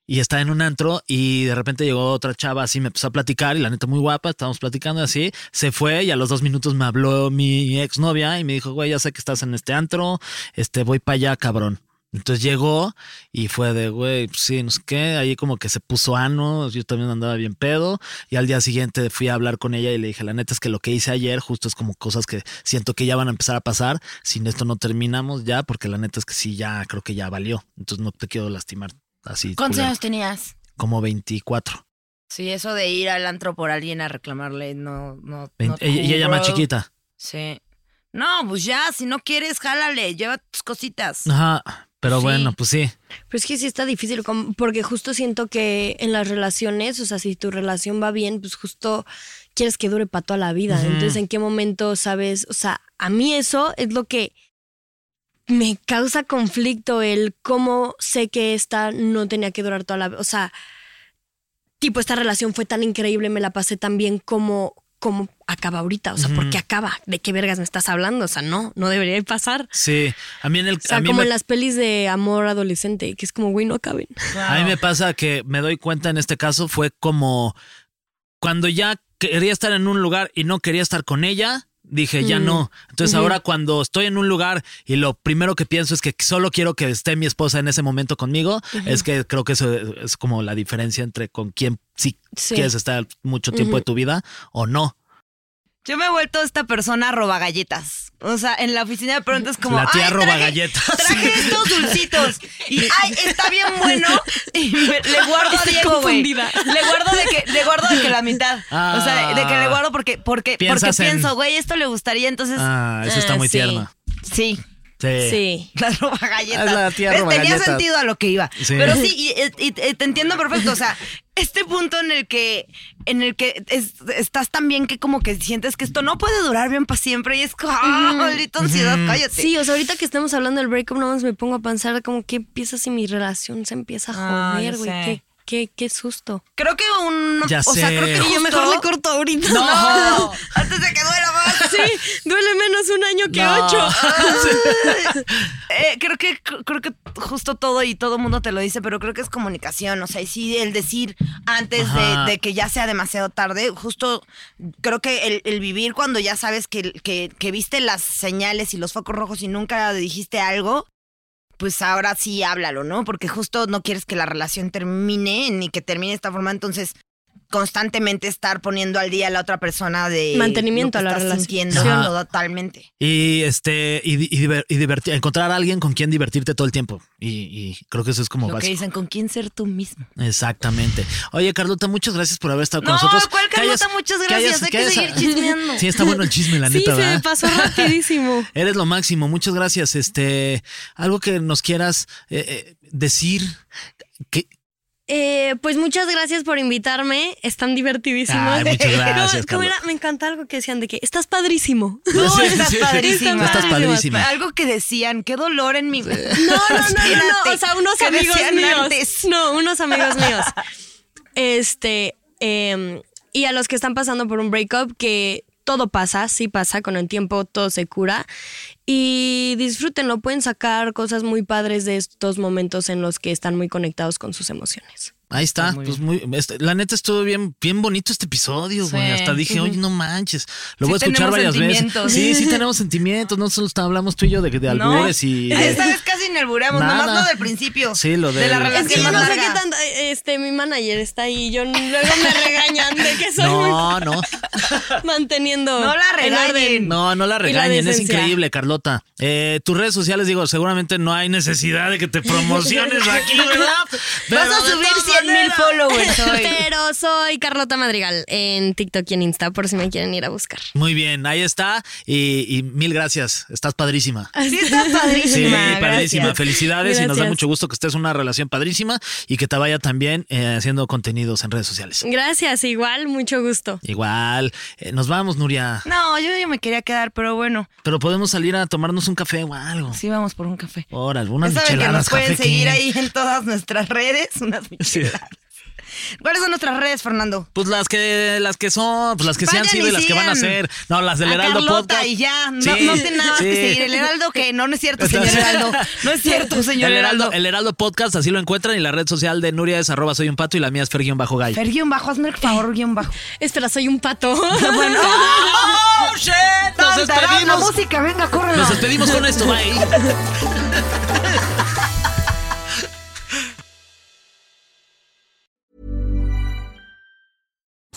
Y estaba en un antro y de repente llegó otra chava así, me empezó a platicar y la neta muy guapa, estábamos platicando así, se fue y a los dos minutos me habló mi exnovia y me dijo, güey, ya sé que estás en este antro, este, voy para allá, cabrón. Entonces llegó y fue de, güey, pues sí, no sé qué, ahí como que se puso ano, yo también andaba bien pedo y al día siguiente fui a hablar con ella y le dije, la neta es que lo que hice ayer justo es como cosas que siento que ya van a empezar a pasar, sin esto no terminamos ya, porque la neta es que sí, ya creo que ya valió, entonces no te quiero lastimar así. culero". tenías? Como 24. Sí, eso de ir al antro por alguien a reclamarle, no, no. no 20 ella, ella cool, más bro. chiquita. Sí. No, pues ya, si no quieres, jálale, lleva tus cositas. Ajá. Pero Sí. bueno, pues sí. Pero es que sí está difícil, como- porque justo siento que en las relaciones, o sea, si tu relación va bien, pues justo quieres que dure para toda la vida. Entonces, ¿en qué momento sabes? O sea, a mí eso es lo que me causa conflicto, el cómo sé que esta no tenía que durar toda la vida. O sea, tipo, esta relación fue tan increíble, me la pasé tan bien como... ¿Cómo acaba ahorita? O sea, ¿por qué acaba? ¿De qué vergas me estás hablando? O sea, no, no debería de pasar. Sí. A mí en el O sea, a mí como me- en las pelis de amor adolescente, que es como, güey, no acaben. A mí me pasa que me doy cuenta en este caso fue como cuando ya quería estar en un lugar y no quería estar con ella, dije ya no. Entonces ahora cuando estoy en un lugar y lo primero que pienso es que solo quiero que esté mi esposa en ese momento conmigo, es que creo que eso es como la diferencia entre con quién sí, Sí. quieres estar mucho tiempo de tu vida o no. Yo me he vuelto esta persona roba galletas. O sea, en la oficina de pronto es como. La tía "Ay, roba traje- galletas". Traje estos dulcitos. Y ay, está bien bueno. Y me- le guardo a Estoy Diego, güey. Le confundida. guardo de que, le guardo de que la mitad. o sea, de, de que le guardo porque, porque, porque Piensas en- pienso, güey, esto le gustaría. Entonces, Ah, eso está Ah, muy sí. tierno. sí. Sí. Sí. La roba galletas. Es la tía ¿Ves? roba Tenía galletas. sentido a lo que iba. Sí. Pero sí, y- y- y te entiendo perfecto. O sea, este punto en el que, en el que es- estás tan bien que como que sientes que esto no puede durar bien para siempre y es como, ah, maldita ansiedad, cállate. Sí, o sea, ahorita que estamos hablando del breakup, nada más me pongo a pensar como qué empieza si mi relación se empieza Ah, a joder, ya güey. sé. qué, qué, qué susto. Creo que un, Ya o sea, sé. creo que Y yo mejor le corto ahorita. No, antes de que duela más. Sí, duele menos un año que No. ocho. Eh, creo que creo que justo todo y todo mundo te lo dice, pero creo que es comunicación, o sea, y sí el decir antes Ajá. de, de que ya sea demasiado tarde, justo creo que el, el vivir cuando ya sabes que, que, que viste las señales y los focos rojos y nunca dijiste algo, pues ahora sí háblalo, ¿no? Porque justo no quieres que la relación termine ni que termine de esta forma, entonces constantemente estar poniendo al día a la otra persona de Mantenimiento lo que a la estás relación. sintiendo, Ajá. ¿no? totalmente. Y este, y, di- y, diver- y divertir- encontrar a alguien con quien divertirte todo el tiempo. Y, y creo que eso es como Lo que básico. dicen, ¿con quién ser tú mismo? Exactamente. Oye, Carlota, muchas gracias por haber estado con No, nosotros. ¿cuál, Que Carlota? Muchas que gracias. Hay que seguir chismeando. Sí, está bueno el chisme, la sí, neta, se me ¿verdad? pasó rapidísimo. Eres lo máximo, muchas gracias. Este, algo que nos quieras eh, eh, decir. Que, Eh, pues muchas gracias por invitarme. Están divertidísimos. Ay, muchas gracias, ¿Cómo- cómo era? Me encanta algo que decían de que estás padrísimo. No, Tú estás padrísima. Tú estás padrísima. Algo que decían, qué dolor en mi. No, No, no, no, no, no. O sea, unos amigos míos. No, unos amigos míos. Este. em, y a los que están pasando por un breakup, que todo pasa, sí pasa, con el tiempo todo se cura. Y disfrútenlo, pueden sacar cosas muy padres de estos momentos en los que están muy conectados con sus emociones. Ahí está. pues muy, este, la neta estuvo bien, bien bonito este episodio, güey. Hasta dije, oye, no manches. Lo Sí voy a escuchar tenemos varias veces. sentimientos. Sí, sí tenemos sentimientos. No solo está- hablamos tú y yo de, de albures y. de- Esta vez casi inauguramos, Nada. nomás lo del principio. Sí, lo De la del- Es relación que yo más no sé larga. qué tanto. Este, mi manager está ahí. Yo luego me regañan de que soy No, no. muy manteniendo. No la en regañen. orden. No, no la Y la regañen, es decencia. increíble, Carlota. Eh, tus redes sociales, digo, seguramente no hay necesidad de que te promociones aquí, ¿verdad? Pero Vas a de subir todas 100 mil maneras- followers hoy. Pero soy Carlota Madrigal en TikTok y en Insta por si me quieren ir a buscar. Muy bien, ahí está. Y, y mil gracias. Estás padrísima. Sí, estás Sí, padrísima. padrísima. gracias. Felicidades y nos da Gracias. mucho gusto que estés en una relación padrísima y que te vaya también eh, haciendo contenidos en redes sociales. Gracias, igual, mucho gusto. Igual, eh, nos vamos, Nuria. No, yo, yo me quería quedar, pero bueno, Pero podemos salir a tomarnos un café o algo. sí vamos por un café. Órale, Ya unas saben que nos micheladas, pueden café, seguir ¿qué? ahí en todas nuestras redes, unas Sí. micheladas. ¿Cuáles son nuestras redes, Fernando? Pues las que, las que son, pues las que se han Vayan sido y y las que van a sigan ser. No, las del a Heraldo Carlota Podcast. y ya, no, Sí, no tiene nada más que sí. seguir. El Heraldo que no, no es cierto, señor Heraldo. No es cierto, señor el Heraldo, Heraldo. El Heraldo Podcast, así lo encuentran. Y la red social de Nuria es arroba soy un pato y la mía es fer-bajo gay. Fer guión bajo, hazme el favor, guión bajo. Espera, soy un pato. Bueno, ¡Oh, shit! Nos Tarán, la despedimos. música, venga, corre. Nos despedimos con esto, bye.